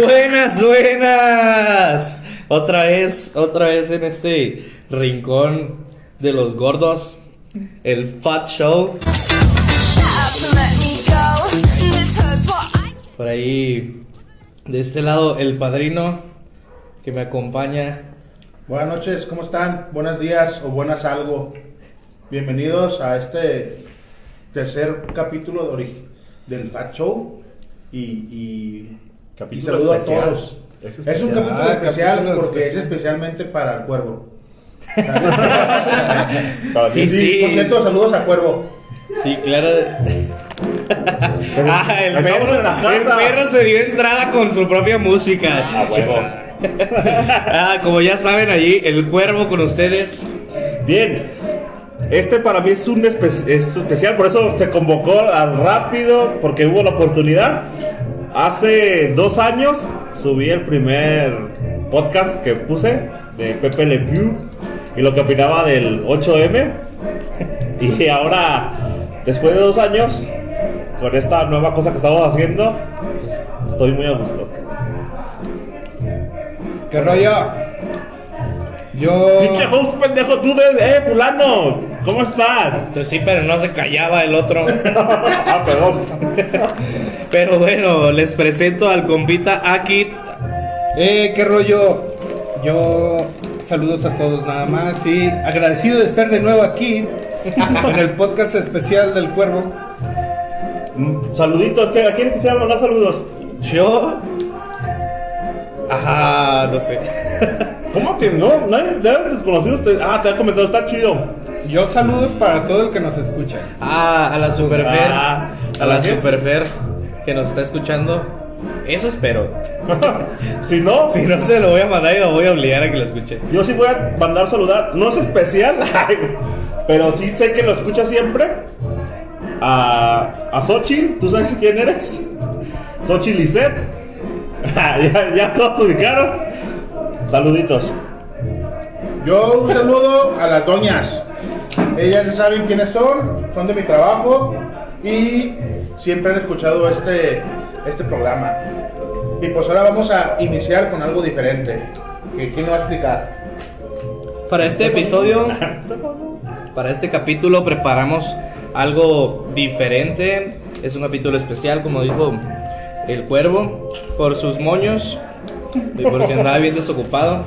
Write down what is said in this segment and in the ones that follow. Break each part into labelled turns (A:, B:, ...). A: Buenas, buenas. Otra vez, otra vez en este rincón de los gordos, el Fat Show. Por ahí, de este lado, el padrino que me acompaña.
B: Buenas noches, ¿cómo están? Buenos días o buenas algo. Bienvenidos a este tercer capítulo de ori- del Fat Show y, y, y
C: Capítulo
B: saludo
C: especial.
B: a todos.
C: Es
B: Es,
C: especial.
B: un capítulo
A: Ah,
B: especial
A: capítulo
B: porque
A: especial.
B: es especialmente para el cuervo.
C: Para
A: Sí,
C: ti.
A: sí.
B: Por cierto, saludos a cuervo.
A: Sí, claro. ah, el
C: Estamos
A: perro,
C: en la
A: el
C: casa.
A: perro se dio entrada con su propia música.
C: A huevo.
A: Ah, como ya saben allí, el cuervo con ustedes.
C: Bien. Este para mí es un espe- es especial, por eso se convocó a rápido, porque hubo la oportunidad. Hace dos años subí el primer podcast que puse de Pepe Le Pew y lo que opinaba del 8M. Y ahora, después de dos años, con esta nueva cosa que estamos haciendo, pues, estoy muy a gusto.
D: ¿Qué rollo? Yo.
C: Pinche host pendejo, tú de, eh, fulano, ¿cómo estás?
A: Pues sí, pero no se callaba el otro.
C: Ah, perdón.
A: Pero bueno, les presento al compita Akit.
D: Eh, ¿qué rollo? Yo. Saludos a todos nada más y agradecido de estar de nuevo aquí en el podcast especial del cuervo.
C: Mm, Saluditos, ¿qué? ¿a quién quisieras mandar saludos?
A: Yo. Ajá, no sé.
C: ¿Cómo que no? Nadie de los desconocidos te- Ah, te ha comentado, está chido.
D: Yo saludos para todo el que nos escucha.
A: Ah, a la Superfer.
C: Ah,
A: a la
C: ¿a quién?
A: Superfer que nos está escuchando. Eso espero.
C: Si no,
A: Si no se lo voy a mandar y lo voy a obligar a que lo escuche.
C: yo sí voy a mandar saludar. No es especial, ay, pero sí sé que lo escucha siempre. A, a Xochitl, ¿tú sabes quién eres? Xochitl Lisset. Ah, ya, ya todos ubicaron. Saluditos.
B: Yo un saludo a las doñas. Ellas ya saben quiénes son, son de mi trabajo y siempre han escuchado este, este programa. Y pues ahora vamos a iniciar con algo diferente. Que quién lo va a explicar.
A: Para este episodio, para este capítulo, preparamos algo diferente. Es un capítulo especial, como dijo el cuervo, por sus moños y porque andaba bien desocupado.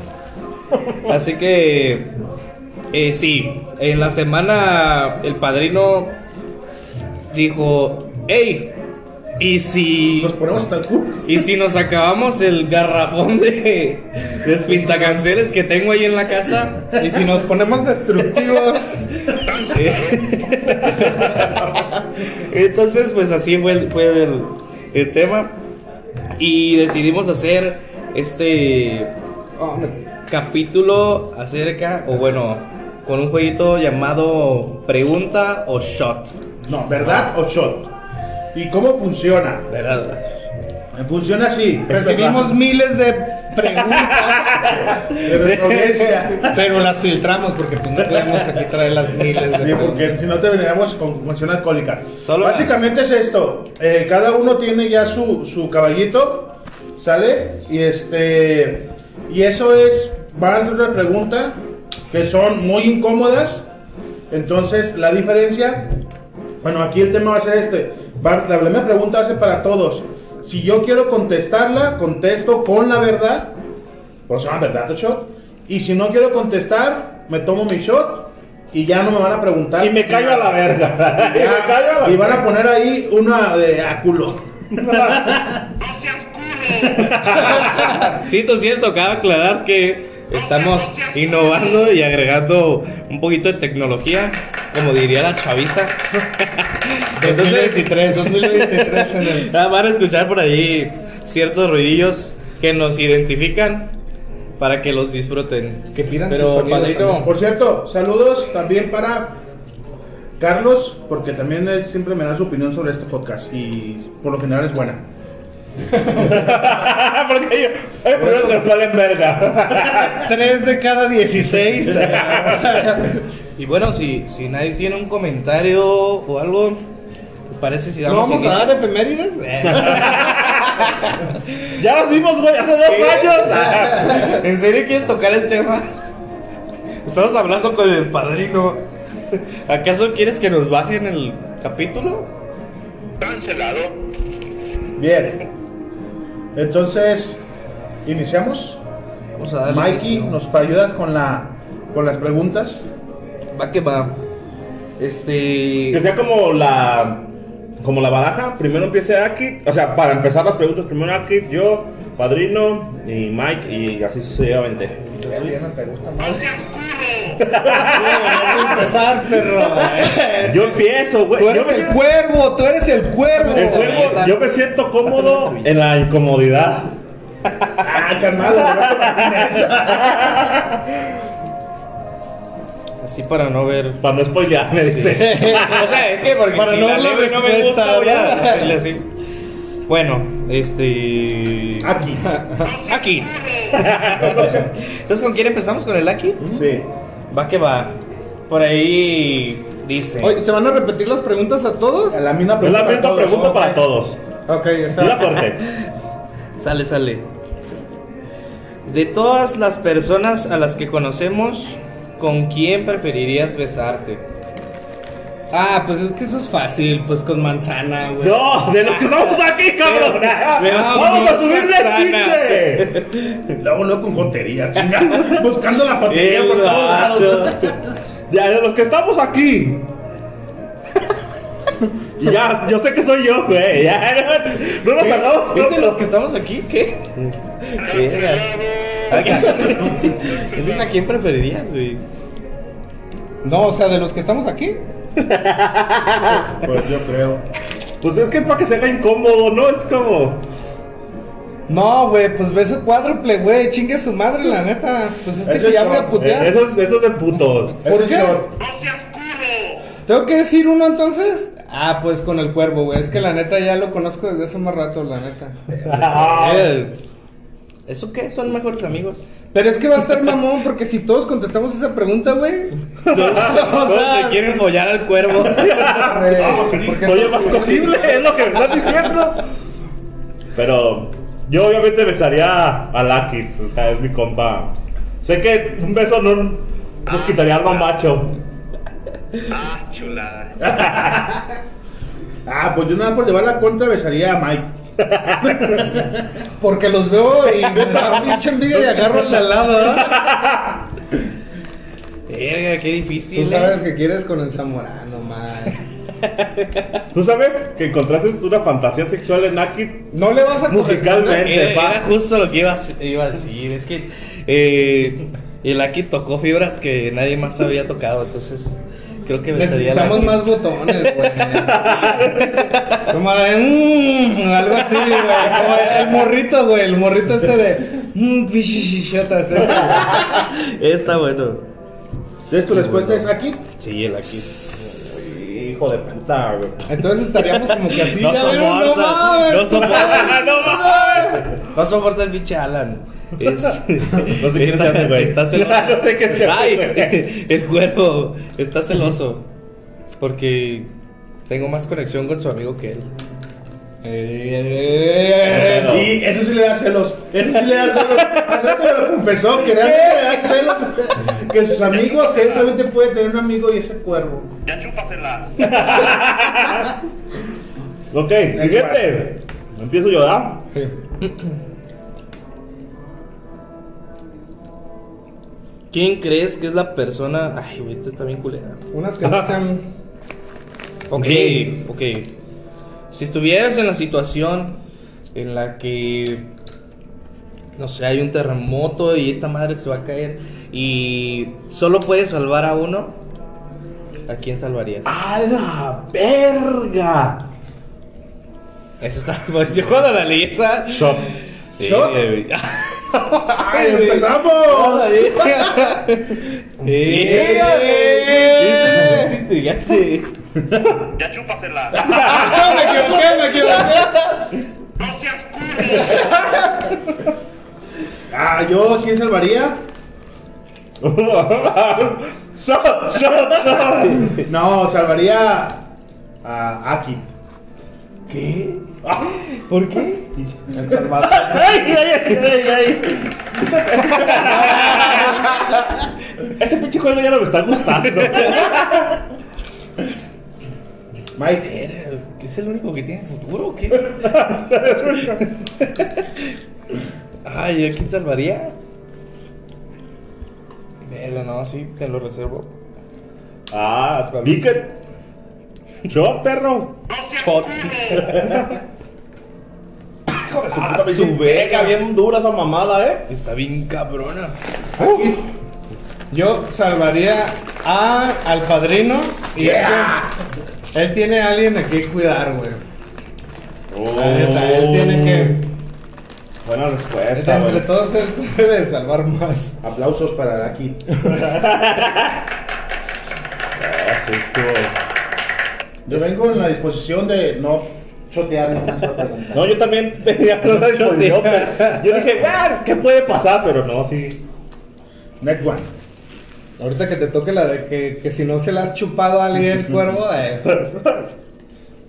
A: Así que, eh, sí, en la semana el padrino dijo: Hey, ¿y si.?
B: Nos ponemos hasta el culo.
A: Y si nos acabamos el garrafón de, de espintacanceles que tengo ahí en la casa, y si nos
D: Ponemos destructivos.
A: Sí. Entonces, pues así fue, el, fue el, el tema. Y decidimos hacer este capítulo acerca, o bueno, con un jueguito llamado Pregunta o Shot.
B: No, ¿verdad o shot? ¿Y cómo funciona?
A: ¿Verdad?
B: Funciona así.
D: Recibimos miles de preguntas,
B: De reprodencia.
D: pero las filtramos porque pues, no podemos aquí traer las miles de
B: Sí,
D: preguntas.
B: porque si no terminamos con función alcohólica.
A: Solo
B: Básicamente es esto. eh, cada uno tiene ya su, su caballito, ¿sale? Y este y eso es, van a hacer una pregunta que son muy incómodas. Entonces, la diferencia, bueno, aquí el tema va a ser este. Va- la primera pregunta va a ser para todos. Si yo quiero contestarla, contesto con la verdad. Por eso se llama verdad o shot. Y si no quiero contestar, me tomo mi shot y ya no me van a preguntar.
C: Y me callo a la verga. Y
B: Ya,
C: me callo a la
B: y van a poner ahí una de a culo.
A: Sí, es cierto, cabe aclarar que estamos innovando y agregando un poquito de tecnología, como diría la chaviza. Entonces,
D: 2023, 2023 en el.
A: Ah, Van a escuchar por ahí ciertos ruidillos que nos identifican para que los disfruten.
D: Que pidan
A: Pero,
D: su sonido
A: padrino,
D: también.
B: Por cierto, saludos también para Carlos, porque también él siempre me da su opinión sobre este podcast y por lo general es buena.
C: Porque yo, ay, por eso me salen verga.
D: 3 de cada 16.
A: Y bueno, si, si nadie tiene un comentario o algo, ¿les parece si
D: ¿No
A: damos
D: vamos a
A: inicio?
D: dar efemérides? Eh.
C: Ya las vimos, güey, hace dos años.
A: ¿En serio quieres tocar el tema? Estamos hablando con el padrino. ¿Acaso quieres que nos bajen el capítulo?
B: Bien. Entonces, ¿iniciamos?
A: Vamos a darle.
B: Mikey, ¿nos ayudas con, la, con las preguntas?
A: Va que va.
C: Que
A: Este.
C: sea como la. Como la baraja, primero empiece Aki. O sea, para empezar las preguntas, primero Aki, yo, padrino y Mike, y así sucesivamente.
D: a empezar, perro.
C: Yo empiezo, güey.
D: Tú
C: Yo,
D: eres
C: me
D: el
C: siento-
D: cuervo, tú eres el cuervo.
C: el cuervo, yo me siento cómodo
A: servilleta.
C: en la incomodidad.
B: Ah, calmado, Roberto Martínez.
A: Así para no ver.
C: Para no spoilear, me dice.
D: Eh,
A: o sea, es que porque
D: Para
A: si
D: no
A: la
D: la
A: libre no me
D: respuesta,
A: gusta, voy a
D: ¿verdad?
A: hacerle así. Bueno, este.
B: Aquí.
A: Aquí. Entonces, ¿con quién empezamos? ¿Con el Aki?
C: ¿Mm?
B: Sí.
A: Va que va. Por ahí dice.
D: Oye, ¿se van a repetir las preguntas a todos?
B: La misma
C: Es
B: pregunta.
C: la misma
B: para
C: pregunta
B: todos.
C: para todos.
D: Ok,
C: Yo la
D: está.
C: corté.
A: Sale, sale. De todas las personas a las que conocemos, ¿con quién preferirías besarte?
D: Ah, pues es que eso es fácil, pues con manzana, güey.
C: No, de los que estamos aquí, cabrón.
A: pero
C: Vamos a
A: somos
C: subirle
A: sana.
C: el pinche.
B: Luego, luego con jotería, chinga. Buscando la jotería por
A: El
B: todos
A: vato.
B: lados.
C: Ya, de los que estamos aquí. Y ya, yo sé que soy yo, güey. Ya, no, no nos hagamos
A: ¿Viste los
C: tontos.
A: que estamos aquí? ¿Qué? ¿A quién? Entonces, ¿a quién preferirías, güey?
D: No, o sea, de los que estamos aquí.
B: Pues yo creo.
C: Pues es que es para que se haga incómodo, ¿no? Es como.
D: No, güey, pues beso cuádruple, güey. Chingue a su madre, la neta. Pues es que
B: Ese
D: si ya
B: son-
D: voy a putear.
C: eh, esos, esos de putos.
B: Es
D: ¿Por
B: el
D: qué?
B: short.
D: ¿Tengo que decir uno entonces? Ah, pues con el cuervo, güey. Es que la neta ya lo conozco desde hace más rato, la neta.
A: Eh, ¿Eso qué? Son mejores amigos.
D: Pero es que va a estar mamón, porque si todos contestamos esa pregunta, güey.
A: Todos se quieren follar al cuervo.
D: güey,
C: soy
D: porque-
C: el más cogible, es lo que me están diciendo. Pero yo obviamente besaría a Lucky, o sea, es mi compa. Sé que un beso no nos quitaría algo macho.
B: Ah, pues yo nada por llevar la contra besaría a Mike.
D: Porque los veo y me da pinche envidia y agarro el de al lado, ¿verdad?
A: Verga, qué difícil.
D: Tú
A: eh.
D: sabes que quieres con el zamorano, man.
C: ¿Tú sabes que encontraste una fantasía sexual en Lucky?
D: No le vas a
C: Musicalmente.
A: Era,
C: pa.
A: era justo lo que iba a, iba a decir. Es que eh, el Aki tocó fibras que nadie más había tocado. Entonces, creo Pues, que besaría al
D: Necesitamos
A: Aki.
D: más botones, güey. Como de mmm, algo así, güey. Como el morrito, güey. El morrito este de mmm, pichichichotas. Eso.
A: Está bueno.
B: Entonces tu respuesta es aquí.
A: Sí, el Aki.
C: Hijo de puta, güey.
D: Entonces estaríamos como que así.
A: No
D: ya vieron,
A: soporta,
D: no mames,
A: no soporta,
C: no mames.
A: No soporta el pinche Alan. Es-
C: No sé quién
A: está-
C: se hace, güey.
A: Está celoso.
C: No sé quién se hace,
A: Ay,
C: güey.
A: el cuervo está celoso. Porque tengo más conexión con su amigo que él.
D: Eh,
C: No.
B: Y eso sí le da celos. Eso sí le da celos. Hace poco lo confesó que realmente le da celos. Que sus amigos, que él realmente puede tener un amigo y ese cuervo.
C: Ok, siguiente. Empiezo yo, ¿verdad?
D: sí.
A: ¿Quién crees que es la persona? Ay, güey, esta está bien culera.
D: Unas que no están.
A: Ok, ok. Si estuvieras en la situación en la que, no sé, hay un terremoto y esta madre se va a caer y solo puedes salvar a uno, ¿a quién salvarías?
C: ¡A la verga!
A: Esa está, pues, yo cuando la leí esa...
C: Shot.
A: Sí,
B: ¿Shot?
A: güey.
B: ¡Ay,
A: güey.
B: Pues, empezamos!
A: ¡Eh! Sí, sí, sí, ya te-
D: ¡Ah, me equivoqué, me equivoqué!
B: Ah, yo a quién salvaría.
C: ¡Shot, shot, shot!
B: No, salvaría a Aki.
A: ¿Qué? ¿Por qué? El salvato.
C: ¡Ay, ay, ay, ay! Este pinche juego ya no me está gustando.
B: Mike,
A: Verga, ¿Es el único que tiene futuro o qué? Ay, ¿a quién salvaría? Verga, no, sí, te lo reservo.
C: Ah, Piquet. Yo, perro.
A: Chot. Ah, su verga,
C: bien dura esa mamada, eh.
A: Está bien cabrona.
B: aquí,
D: Yo salvaría a, al padrino. Y es que él tiene a alguien a quien cuidar, güey. La neta, él tiene que.
C: Oh. Buena respuesta,
D: Entre
C: güey.
D: todos, él debe de salvar más.
B: aplausos para aquí.
C: Ah, sí, estuvo.
B: Yo vengo en la disposición de no chotear ninguna sola pregunta.
C: No, yo también tenía una disposición. pero Yo dije, "Ah, ¿qué puede pasar? Pero no, sí.
B: Next one.
D: Ahorita que te toque la de que, que si no se la has chupado a alguien el cuervo, eh.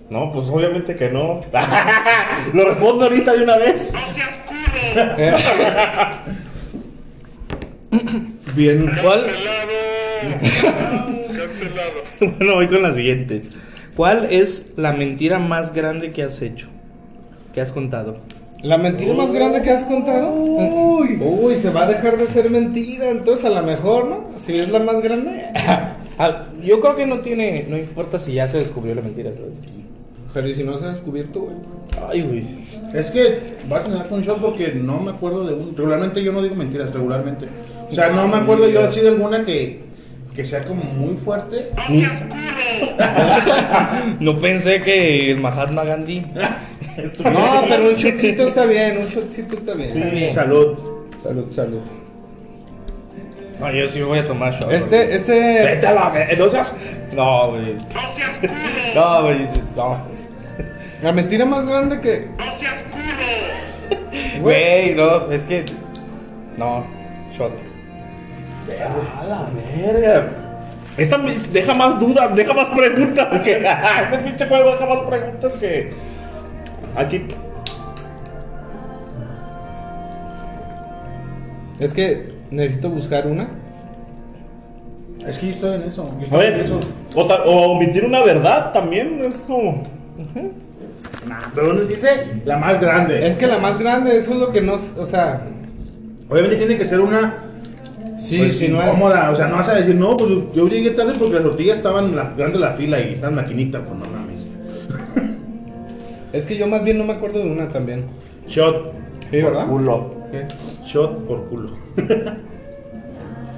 C: No, pues obviamente que no. Lo respondo ahorita de una vez.
D: eh. Bien.
A: ¿Cuál?
E: Cancelado.
A: Bueno, voy con la siguiente. ¿Cuál es la mentira más grande que has hecho? Que has contado.
D: La mentira más grande que has contado. Uy, uy, se va a dejar de ser mentira. Entonces, a lo mejor, ¿no? Si es la más grande.
A: Ah, yo creo que no tiene, no importa si ya se descubrió la mentira. ¿sabes?
D: Pero ¿y si no se ha descubierto, güey?
A: Ay, güey.
B: Es que va a tener con shock porque no me acuerdo de un. Regularmente yo no digo mentiras, regularmente. O sea, no me acuerdo yo así de alguna que, que sea como muy fuerte.
A: No pensé que el Mahatma Gandhi.
D: No, pero un shotcito está bien, un shotcito está bien.
A: Sí.
B: Salud.
D: Salud, salud.
A: No, yo sí voy a tomar shot.
D: Este, este.
C: Vete a la verga. No seas-
A: güey. No, güey.
E: No seas culo.
A: No, güey. No.
D: La mentira más grande que.
E: No seas culo.
A: Güey, no, es que. No, shot.
C: A la verga. Esta me- deja más dudas, deja más preguntas que. Este pinche juego deja más preguntas que. Aquí.
D: Es que necesito buscar una.
B: Es que yo estoy en eso. Yo
C: A
B: estoy en
C: ver,
B: eso.
C: o, ta- o omitir una verdad también es como.
B: Nah, pero uno dice la más grande.
D: Es que la más grande, eso es lo que nos. O sea.
B: Obviamente tiene que ser una
D: Sí,
B: pues,
D: si no es.
B: incómoda. O sea, no vas a decir, no, pues yo llegué tarde porque las tortillas estaban la, grande la fila y están maquinita, pues no mames.
D: Es que yo más bien no me acuerdo de una también.
B: Shot,
D: Sí, ¿verdad?
C: Culo.
D: ¿Qué?
B: shot por culo.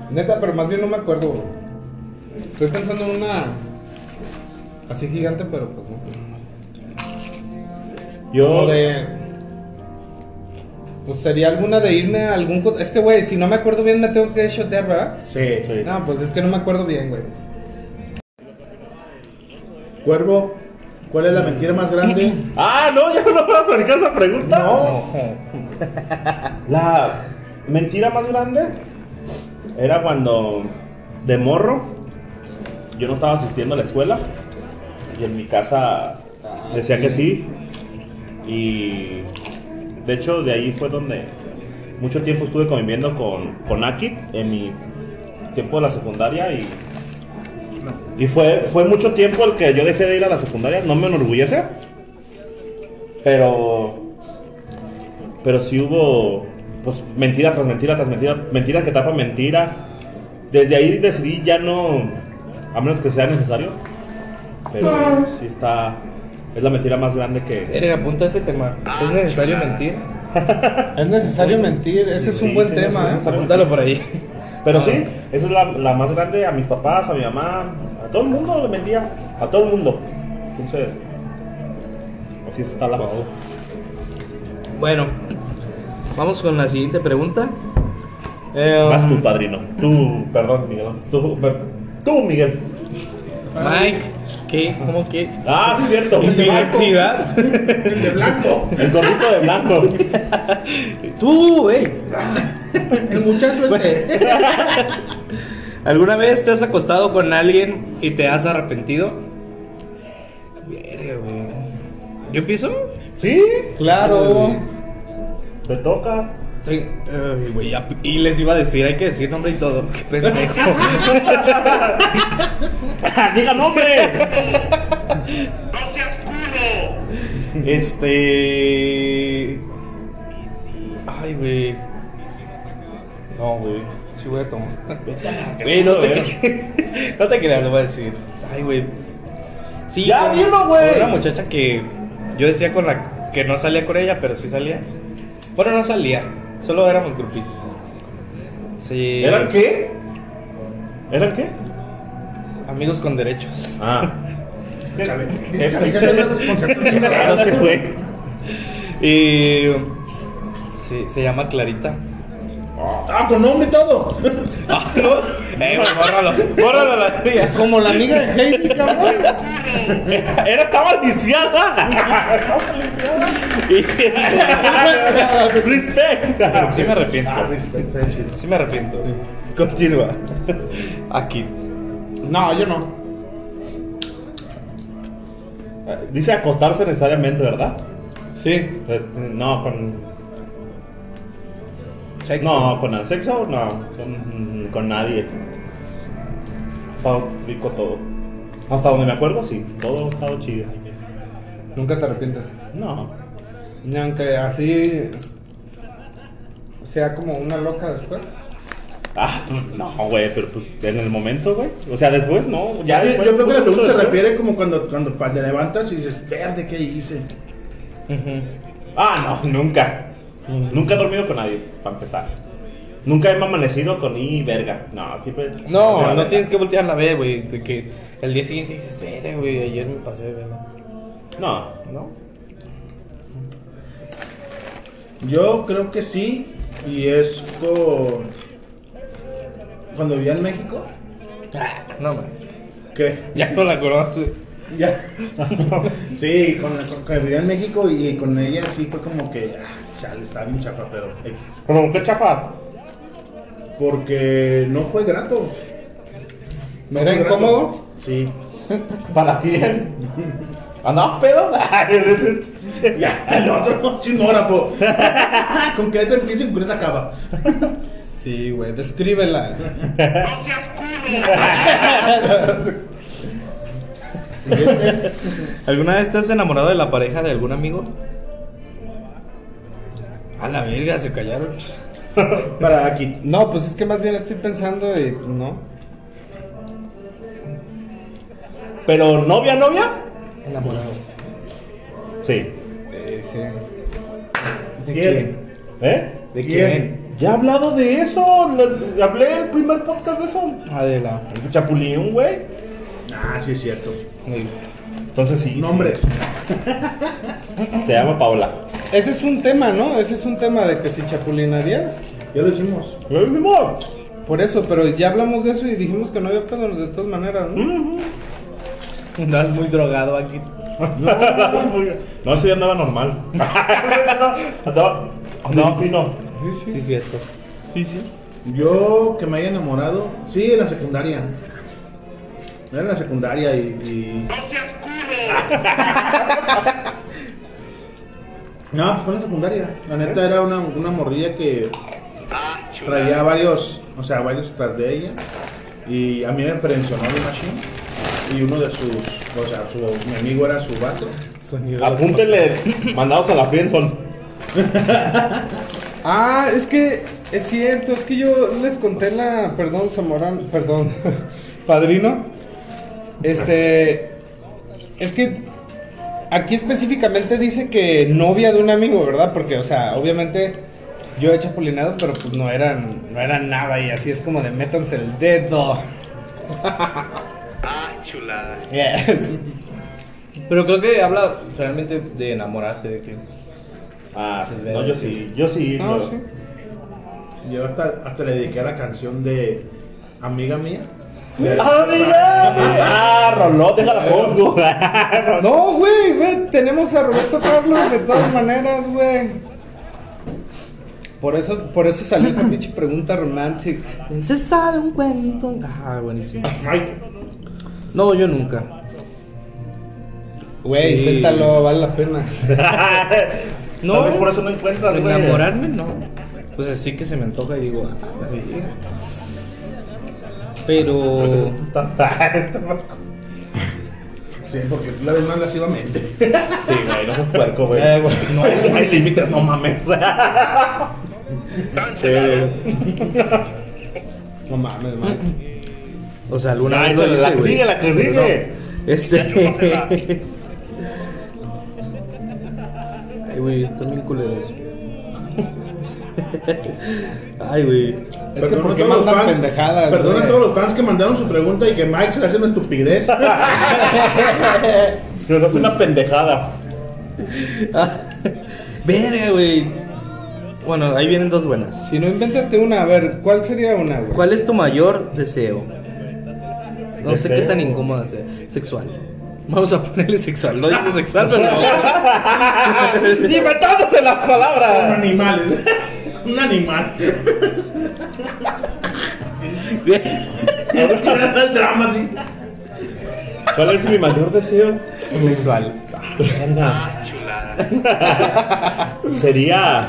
D: Neta, pero más bien no me acuerdo. güey. Estoy pensando en una. Así gigante, pero pues no.
C: Yo.
D: Como de. Pues sería alguna de irme a algún. co- Es que, güey, si no me acuerdo bien, me tengo que shotear, ¿verdad?
B: Sí.
C: Sí.
D: No, pues es que no me acuerdo bien, güey.
B: Cuervo, ¿cuál es la mentira más grande?
C: Ah, no, ya no vas a fabricar esa pregunta.
B: No.
C: La mentira más grande era cuando de morro yo no estaba asistiendo a la escuela y en mi casa decía que sí y de hecho de ahí fue donde mucho tiempo estuve conviviendo con, con Aki en mi tiempo de la secundaria y, y fue, fue mucho tiempo el que yo dejé de ir a la secundaria, no me enorgullece, pero pero sí hubo pues mentira tras mentira tras mentira, mentira que tapa mentira. Desde ahí decidí ya no, a menos que sea necesario, pero sí está, es la mentira más grande que...
A: Verga, apunta ese tema. ¿Es necesario mentir?
D: Es necesario mentir, ese es un
C: Sí,
D: buen
C: sí,
D: tema, ¿eh?
C: sí,
A: Apúntalo por ahí.
C: Pero sí, esa es la, la más grande a mis papás, a mi mamá, a todo el mundo le mentía, a todo el mundo. Entonces, así está la cosa.
A: Bueno, vamos con la siguiente pregunta. Eh,
C: Vas tú, padrino. Tú, perdón, Miguel. Tú, per- tú, Miguel.
A: Mike, ¿qué? ¿Cómo que?
C: Ah, sí, cierto.
A: ¿Identidad?
B: El de blanco.
C: El gordito de blanco.
A: Tú, eh. güey.
B: El muchacho este.
A: ¿Alguna vez te has acostado con alguien y te has arrepentido? Verga, güey. ¿Yo empiezo?
C: Sí,
D: Claro.
C: te toca.
A: Estoy- Ay, güey, ya- y les iba a decir, hay que decir nombre y todo. Qué pendejo.
C: ¡Diga nombre!
E: No seas culo.
A: este. Ay, güey. No, güey. Sí, voy a tomar. Güey, no te, no te creas, lo voy a decir. Ay, güey. Sí,
C: Ya,
A: con-
C: dilo, güey.
A: con Una muchacha que yo decía con la que no salía con ella, pero sí salía. Bueno, no salía. Solo éramos grupis. Sí.
C: ¿Eran qué? ¿Eran qué?
A: Amigos con derechos.
C: Ah,
B: Chale, dice, chale, ya son los conceptos bien
C: claro,
B: raros.
C: se fue.
A: Y. sí, se llama Clarita.
B: Ah, con nombre y todo.
A: Ah, no. Eh, güey, bórralo. Bórralo la tía.
D: Como la amiga de Heidi, cabrón.
C: Era, estaba lisiada.
A: Y, este,
C: Respect.
A: sí me arrepiento.
B: Ah, respeto, está chido.
A: Sí me arrepiento. Continúa. Aquí.
D: No, yo no.
C: Dice acostarse necesariamente, ¿verdad?
D: Sí.
C: Eh, No, con.
A: Sexo.
C: No, con el sexo, no. Con, con nadie. Ha estado rico todo. Hasta donde me acuerdo, sí. Todo ha estado chido.
D: Nunca te arrepientes.
C: No.
D: Ni aunque así sea como una loca después.
C: Ah, no, güey, pero pues en el momento, güey. O sea, después, no. Ya
B: Sí,
C: después,
B: yo creo que la
C: justo
B: pregunta se
C: después.
B: refiere como cuando, cuando pa- te levantas y dices, verde, ¿qué hice?
C: Ah, no, nunca. Nunca he dormido con nadie, para empezar. Nunca he amanecido con y verga. No, siempre.
A: No,
C: Verga.
A: no tienes que voltear la vez, güey. De que el día siguiente dices, espera, güey, ayer me pasé de verga".
C: No.
A: ¿No?
B: Yo creo que sí, y es con... Cuando vivía en México,
A: No más.
B: ¿qué?
A: Ya no la conoces.
B: Ya. sí, con, con, con- vivía en México y con ella sí fue como que, ah, chale, estaba bien chapa, pero X.
C: Como que chapa.
B: Porque no fue grato.
D: ¿Me
B: No
D: era
B: fue grato.
D: incómodo?
B: Sí.
C: ¿Para quién? ¿Andabas pedo?
B: Ya, el otro chismógrafo. con que este empieza y con esta acaba.
D: Sí, güey, descríbela.
E: No seas culo.
B: Siguiente.
A: ¿Alguna vez te has enamorado de la pareja de algún amigo? A la verga, se callaron.
B: Para aquí.
D: No, pues es que más bien estoy pensando y no.
C: Pero novia, novia?
A: Enamorado.
C: Sí.
D: Eh, sí.
A: ¿De
B: ¿Quién?
C: ¿Eh?
A: ¿De
B: ¿Quién?
A: quién?
C: Ya he hablado de eso. les- hablé el primer podcast de eso.
A: Adela.
C: Chapulín, güey.
B: Ah, sí es cierto.
C: Entonces sí. sí.
B: Nombres.
C: Se llama Paola.
D: Ese es un tema, ¿no? Ese es un tema de que si chapulinarías.
B: Ya lo hicimos.
C: ¿Lo mismo?
D: Por eso, pero ya hablamos de eso y dijimos que no había pedo de todas maneras, ¿no?
A: Andas muy drogado aquí.
C: No, ese día andaba normal. Ese día andaba. Andaba. andaba fino.
A: Sí, sí, esto. Sí, sí.
B: Yo que me haya enamorado. Sí, en la secundaria. Era en la secundaria y. y-
E: No seas culo.
B: No, pues fue en la secundaria. La neta era una, una morrilla que traía varios, o sea, varios tras de ella. Y a mí me impresionó el machine. Y uno de sus, o sea, su, mi amigo era su vato.
A: Sonido.
C: Apúntenle. Mandados a la Friendson.
D: Ah, es que es cierto, es que yo les conté la, perdón, Zamorán, perdón, padrino. Este, es que aquí específicamente dice que novia de un amigo, ¿verdad? Porque, o sea, obviamente yo he chapulinado, pero pues no eran, no eran nada y así es como de métanse el dedo.
E: Ah, chulada.
D: Yes.
A: Pero creo que habla realmente de enamorarte, de que.
C: Ah, no, yo sí. Yo sí.
D: No,
C: lo-
D: sí.
B: Yo hasta, hasta le dediqué la canción de Amiga Mía. De-
C: ¡Amiga! ¡Ah, Roló! ¡Déjala pongo!
D: No, güey, güey, tenemos a Roberto Carlos de todas maneras, güey. Por eso, por eso salió esa pinche pregunta romántica.
A: Se sabe un cuento. Ah, buenísimo.
B: Mike.
A: No, yo nunca.
D: Güey,
A: Sí.
D: séntalo, vale la pena.
A: No.
C: Tal vez por eso no encuentras, güey.
A: Enamorarme, no. Pues así que se me antoja y digo, ah, la verga.
C: Porque
A: Pero.
C: eso Pues, está- está más-
B: Sí, porque tú la ves más lascivamente.
C: Sí, güey, no seas puerco, güey.
A: Eh, güey, no.
C: hay, hay límites, no mames.
E: Cancela.
D: No mames, man.
A: O sea, alguna
C: Nah,
A: vez lo
C: esa es
A: hice,
C: la que
A: güey.
C: sigue, la que
A: Pero
C: sigue.
A: no. Este. Ay, güey, también culeros. Ay, güey.
D: Es que
B: Perdona
D: ¿por
B: a
D: qué
B: todos los
D: mandan
B: fans-
D: pendejadas?
B: Perdona
D: güey?
B: a todos los fans que mandaron su pregunta y que Mike se le hace una estupidez.
C: Nos hace una pendejada.
A: Ah, Verga, güey. Bueno, ahí vienen dos buenas.
D: Si no, invéntate una, a ver, ¿cuál sería una, güey?
A: ¿Cuál es tu mayor deseo? No sé qué
C: ¿Deseo?
A: tan incómoda sea. Sexual. Vamos a ponerle sexual. No dice sexual, pero.
C: Inventándose las
B: Son
C: palabras.
B: animales. Un animal. El drama, así.
C: ¿Cuál es mi mayor deseo?
A: sexual.
E: Ah, chulada.
C: Sería.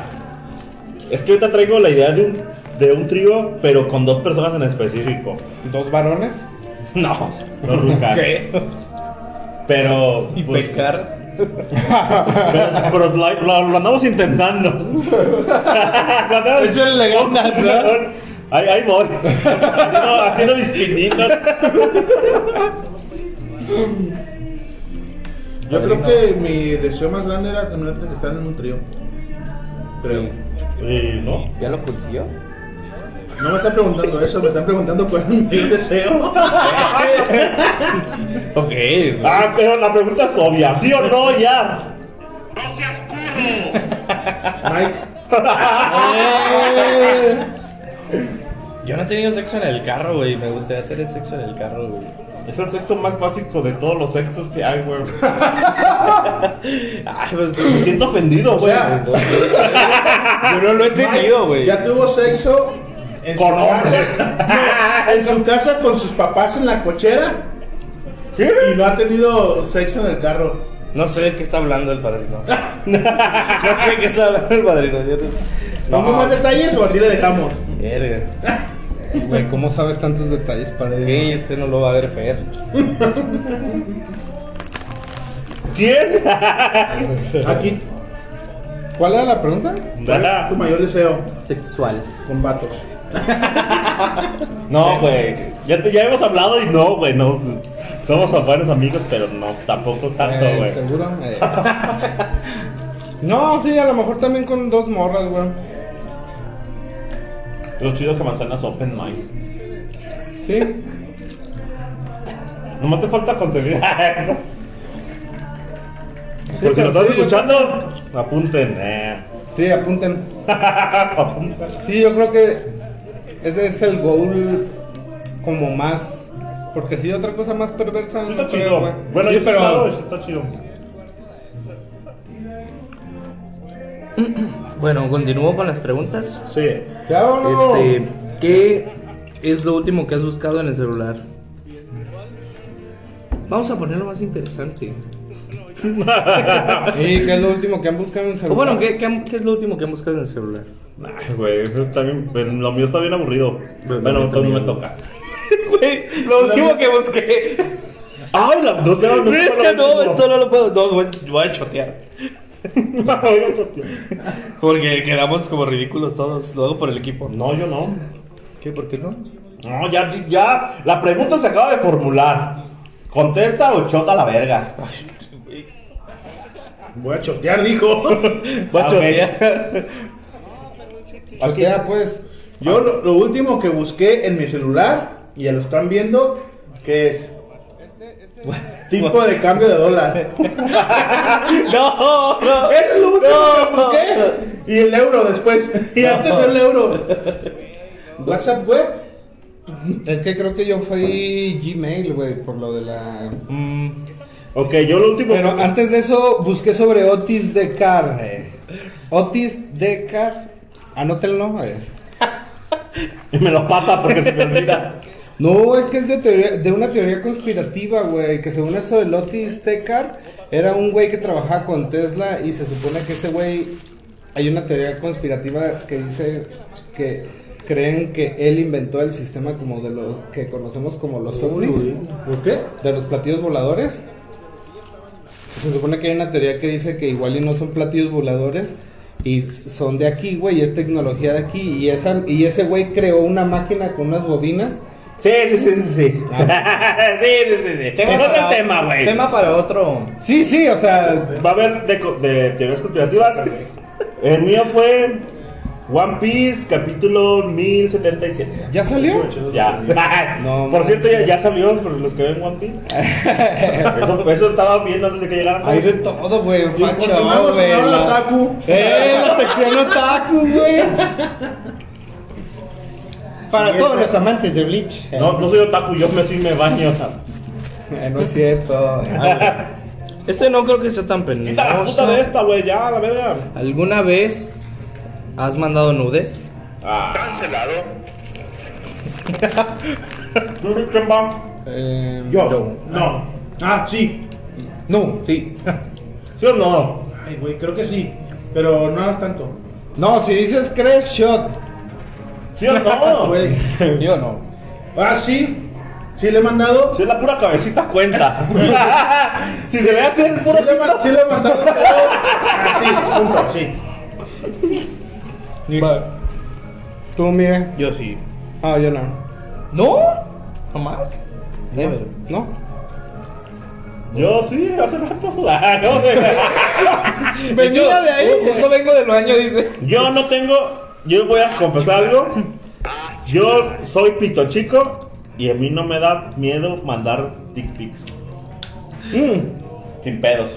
C: Es que ahorita traigo la idea de un, de un trío, pero con dos personas en específico.
D: ¿Dos varones?
C: No, no ruscar.
A: ¿Qué?
C: Pero.
A: Y
C: pues,
A: pecar.
C: Pero, pero lo, lo- lo andamos intentando. Lo andamos-
D: Échale ganas, ¿verdad?
C: Ahí, ahí voy. Haciendo, haciendo mis pininos.
B: Yo creo que mi deseo más grande era tener que estar en un trío. Creo.
C: Y no.
A: ¿Ya lo consiguió?
B: No me están preguntando eso, me están preguntando cuál es mi deseo.
A: Ok.
C: Ah, pero la pregunta es obvia. ¿Sí o no? Ya.
E: No seas culo.
B: Mike,
A: Yo no he tenido sexo en el carro, güey. Me gustaría tener sexo en el carro, güey.
C: Es el sexo más básico de todos los sexos que hay, güey.
A: Ay, pues.
C: Me siento ofendido,
B: O
C: güey.
B: sea,
A: Yo no lo he tenido, güey.
B: ya tuvo sexo en
C: Con
B: su
C: hombres.
B: casa. No, en su casa con sus papás en la cochera. Y no ha tenido sexo en el carro.
A: No sé de qué está hablando el padrino. No sé de qué está hablando el padrino. yo no-
B: ¿Pongo más detalles o así le dejamos?
A: Verga.
D: Güey, ¿cómo sabes tantos detalles, padre?
A: Ok, este no lo va a ver Fer.
C: ¿Quién?
B: Aquí,
D: ¿Cuál era la pregunta?
C: Nada.
B: tu mayor deseo
A: Sexual.
B: con vatos.
C: No, güey. Ya, te- ya hemos hablado y no, güey. No. Somos buenos amigos, pero no, tampoco tanto,
D: Eh,
C: güey.
D: ¿Seguro? Eh. no, sí, a lo mejor también con dos morras, güey.
C: Lo chido que manzanas open mind.
D: Sí.
C: Nomás te falta conseguir.
D: Sí,
C: Por si lo
D: pero
C: estás
D: sí,
C: escuchando, apunten. eh.
D: Sí, apunten. Sí, yo creo que ese es el goal como más. Porque si otra cosa más perversa.
C: Eso
D: no
C: está
D: creo,
C: chido.
D: güey.
C: Bueno,
D: Sí,
C: yo
D: pero.
C: claro, eso está chido.
A: Bueno, continúo con las preguntas.
B: Sí.
D: Ya, ¿o no?
A: Este, ¿qué es lo último que has buscado en el celular? Vamos a poner lo más interesante.
D: Sí, que es lo último que han buscado en el
A: O
D: celular.
A: bueno, ¿qué, qué, han- qué es lo último que han buscado en el celular?
C: Ay, güey, eso está bien- lo mío está bien aburrido.
A: Pero
C: bueno,
A: también
C: todo me
A: también.
C: toca.
A: Güey, lo último que busqué.
C: Ay, la no te no, sé cuál es
A: No,
C: el
A: esto no lo puedo. No, voy, voy a chotear.
C: último.
A: Porque quedamos como ridículos todos. Lo hago por el equipo.
C: No, yo no.
A: ¿Qué? ¿Por qué no?
C: No, ya, ya. La pregunta se acaba de formular. ¿Contesta o chota la verga?
B: Voy a chotear, dijo.
A: Voy a
C: Ah,
A: chotear.
C: Aquí.
D: Chotea, pues.
B: Yo lo, lo último que busqué en mi celular, y ya lo están viendo, que es tipo de cambio de dólar.
A: No, no.
B: Eso es lo último que
A: No.
B: busqué. Y el euro después. Y antes el euro. WhatsApp web.
D: Es que creo que yo fui Gmail, güey, por lo de la.
C: Ok, yo lo último.
D: Pero ah. antes de eso, busqué sobre Otis Decar. eh. Otis Decar. Anótenlo. eh.
C: Y me lo pasa porque se me olvida.
D: No, es que es de, teoría- de una teoría conspirativa, güey. Que según eso, el Otis Tecar era un güey que trabajaba con Tesla y se supone que ese güey. Hay una teoría conspirativa que dice que creen que él inventó el sistema como de lo que conocemos como los ovnis,
B: ¿Por qué?
D: de los platillos voladores. Se supone que hay una teoría que dice que igual y no son platillos voladores y s- son de aquí, güey, y es tecnología de aquí y esa y ese güey creó una máquina con unas bobinas
C: Sí, sí, sí, sí. Sí, sí, sí, sí, sí. Es otro tema, güey.
A: ah, Tema para otro.
D: Sí, sí, o sea,
C: Va a haber de, co- de teorías conspirativas. El mío fue One Piece, capítulo 1077.
D: ¿ya salió?
C: Ya.
D: No,
C: Por
D: man.
C: cierto, ya, ya salió por los que ven One Piece. Eso, eso estaba viendo antes de que llegaran.
D: Hay de todo, güey,
B: Y continuamos
D: facho,
B: con
D: güey.
B: el
D: la-
B: otaku.
D: ¡Eh, la sección otaku, güey!
F: Para
B: Sí,
F: todos
B: esta-
F: los amantes de Bleach.
C: No, no soy otaku, yo me sí me baño.
D: Eh, no es cierto.
A: Este no creo que sea tan
C: Quita la
A: penoso.
C: puta de esta, güey, ya, la verga.
A: ¿Alguna vez has mandado nudes?
C: Ah.
E: Cancelado.
C: ¿Tú, quién va?
D: Eh,
B: Yo.
A: Yo.
B: No. Ah, sí.
A: No, sí.
C: ¿Sí o no?
B: Ay, güey, creo que sí. Pero no tanto.
D: No, si dices crash shot,
C: ¿Sí o no?
B: Güey.
A: Yo no.
B: Ah, sí. Sí le he mandado.
C: Si es la pura cabecita cuenta. si se ve hacer
B: Sí
C: puro
B: le, he ma- sí le he mandado. Pero... Así, punto, sí.
D: va. tú, mire.
A: Yo sí.
D: Ah, yo no.
A: ¿No? ¿Jamás? Never.
D: ¿No?
C: Yo sí, hace rato. Ah, no sé.
A: Venía
D: de ahí,
A: Justo vengo del baño, dice.
C: Yo no tengo. Yo voy a confesar algo. Yo soy pito chico y a mí no me da miedo mandar dick pics.
F: Mm.
C: Sin pedos.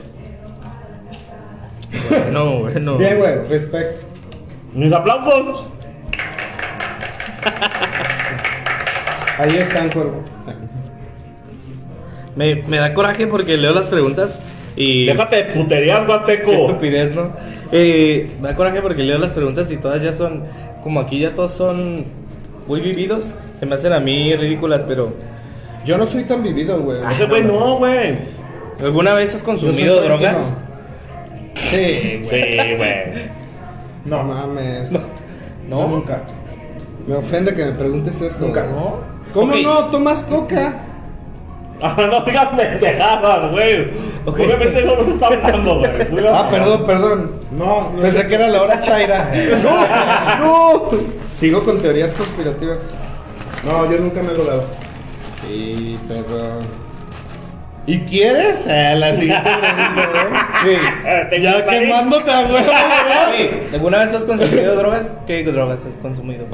A: No, bueno.
D: Bien, güey, respect.
C: Mis aplausos.
D: Ahí están, cuervo.
A: Me, me da coraje porque leo las preguntas y.
C: Déjate de puterías,
A: Qué
C: Huasteco.
A: estupidez, ¿no? Eh, me da coraje porque leo las preguntas y todas ya son, como aquí ya todos son muy vividos, se me hacen a mí ridículas, pero
D: Yo no soy tan vivido, güey.
C: Ese güey no, güey.
A: ¿alguna vez has
D: Yo soy
A: consumido
D: tranquilo.
A: drogas?
D: Sí, güey.
C: Sí, güey.
D: No
B: No.
D: mames.
B: No,
A: No.
B: nunca.
D: Me ofende que me preguntes eso.
B: Nunca.
D: güey. ¿Cómo
A: Ok.
D: no? ¿Tomas coca?
C: Ah, no digas pendejadas, güey.
A: Ok.
C: Obviamente no nos está hablando, güey.
D: Ah, perdón, perdón.
B: No, no.
D: Pensé que era la hora Chaira. No, Sigo con teorías conspirativas.
B: No, yo nunca me he drogado.
D: Sí, perdón. ¿Y quieres? Eh, la siguiente pregunta, ¿eh?
C: Eh, te
D: Ya
C: gusta, eh.
D: quemándote a huevo, ¿verdad?
A: Sí, ¿Alguna vez has consumido drogas? ¿Qué drogas has consumido?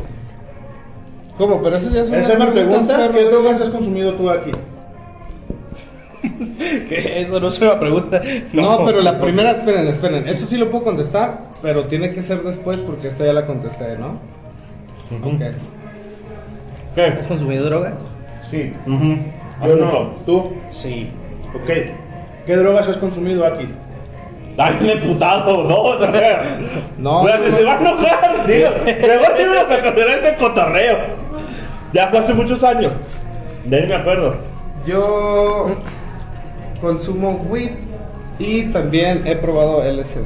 D: ¿Cómo? Pero eso ya son unas
B: Esa es la
D: preguntas,
B: pregunta. ¿Qué
D: perros.
B: drogas has consumido tú aquí?
A: Que Eso no es una pregunta.
D: No, pero la primera, esperen, esperen. Eso sí lo puedo contestar, pero tiene que ser después porque esta ya la contesté, ¿no?
C: Mm.
D: Ok.
C: ¿Qué?
A: ¿Has consumido drogas?
B: Sí.
C: Ujú.
B: Yo
C: Hazlo.
B: Ah, no. ¿Tú?
A: Sí.
B: Ok. ¿Qué drogas has consumido aquí?
C: Está bien emputado, no, no.
D: No,
C: Pues,
D: no, no.
C: se va a enojar, digo. Me voy a ir a considerar de cotorreo. Ya fue hace muchos años. De ahí me acuerdo.
D: Yo consumo weed y también he probado LSD.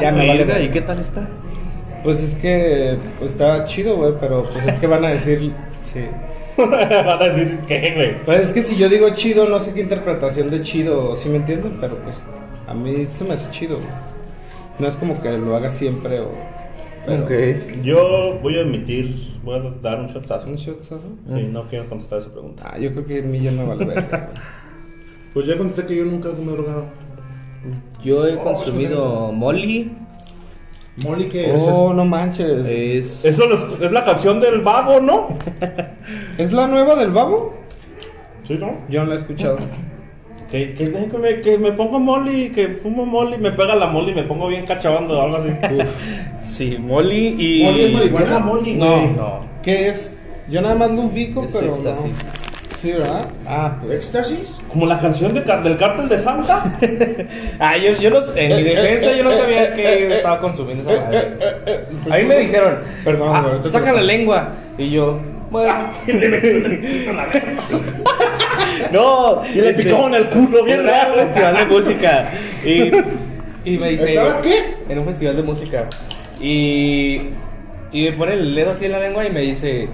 D: Ya me vale
A: Ah, verga,
D: madre.
A: ¿Y qué tal está?
D: Pues es que pues, está chido, güey, pero pues es que van a decir. Sí.
C: Van a decir, ¿qué, güey?
D: Pues es que si yo digo chido, no sé qué interpretación de chido, ¿sí me entienden? Pero pues a mí se me hace chido, güey. No es como que lo haga siempre o. pero-
C: Yo voy a admitir, voy a dar un shotazo.
D: ¿Un shotazo?
C: Y no quiero contestar esa pregunta.
D: Ah, yo creo que a mí ya me vale verga, güey.
B: Pues ya conté que yo nunca me he drogado.
A: Yo he
B: Oh,
A: consumido molly.
B: Molly, ¿qué es?
D: Oh, no manches.
A: Es...
C: Eso los- es la canción del vago, ¿no?
D: ¿Es la nueva del babo?
C: Sí, ¿no?
D: Yo no la he escuchado.
C: Que, que, que me, que me pongo molly, que fumo molly, me pega la molly, me pongo bien cachabando o algo así.
A: Sí, molly y...
B: Molly es
C: ¿Qué
B: marihuana.
C: es la molly,
D: No,
C: güey?
A: No.
D: ¿Qué es? Yo nada más lo ubico,
A: Es
D: pero
A: éxtasis.
D: no. Sí, ¿verdad? Ah, pues.
B: ¿Éxtasis?
C: Como la canción de, Car- del cártel de Santa.
A: Ah, yo, yo no, en mi
D: Eh, eh,
A: defensa yo no
D: eh,
A: sabía
D: eh,
A: que
D: eh,
A: estaba consumiendo esa
D: Eh, eh,
A: madre.
D: eh, eh,
A: A mí me dijeron,
D: Perdón,
A: "Ah,
D: ahorita te-
A: saca la lengua. Y yo, bueno.
C: Le metió en el pito la verga.
A: No,
C: Y le
A: este,
C: picó en el culo, bien
A: Era un
C: raro.
A: festival de música. Y, y me dice.
B: ¿Estaba qué?
A: En un festival de música. Y. Y me pone el dedo así en la lengua y me dice.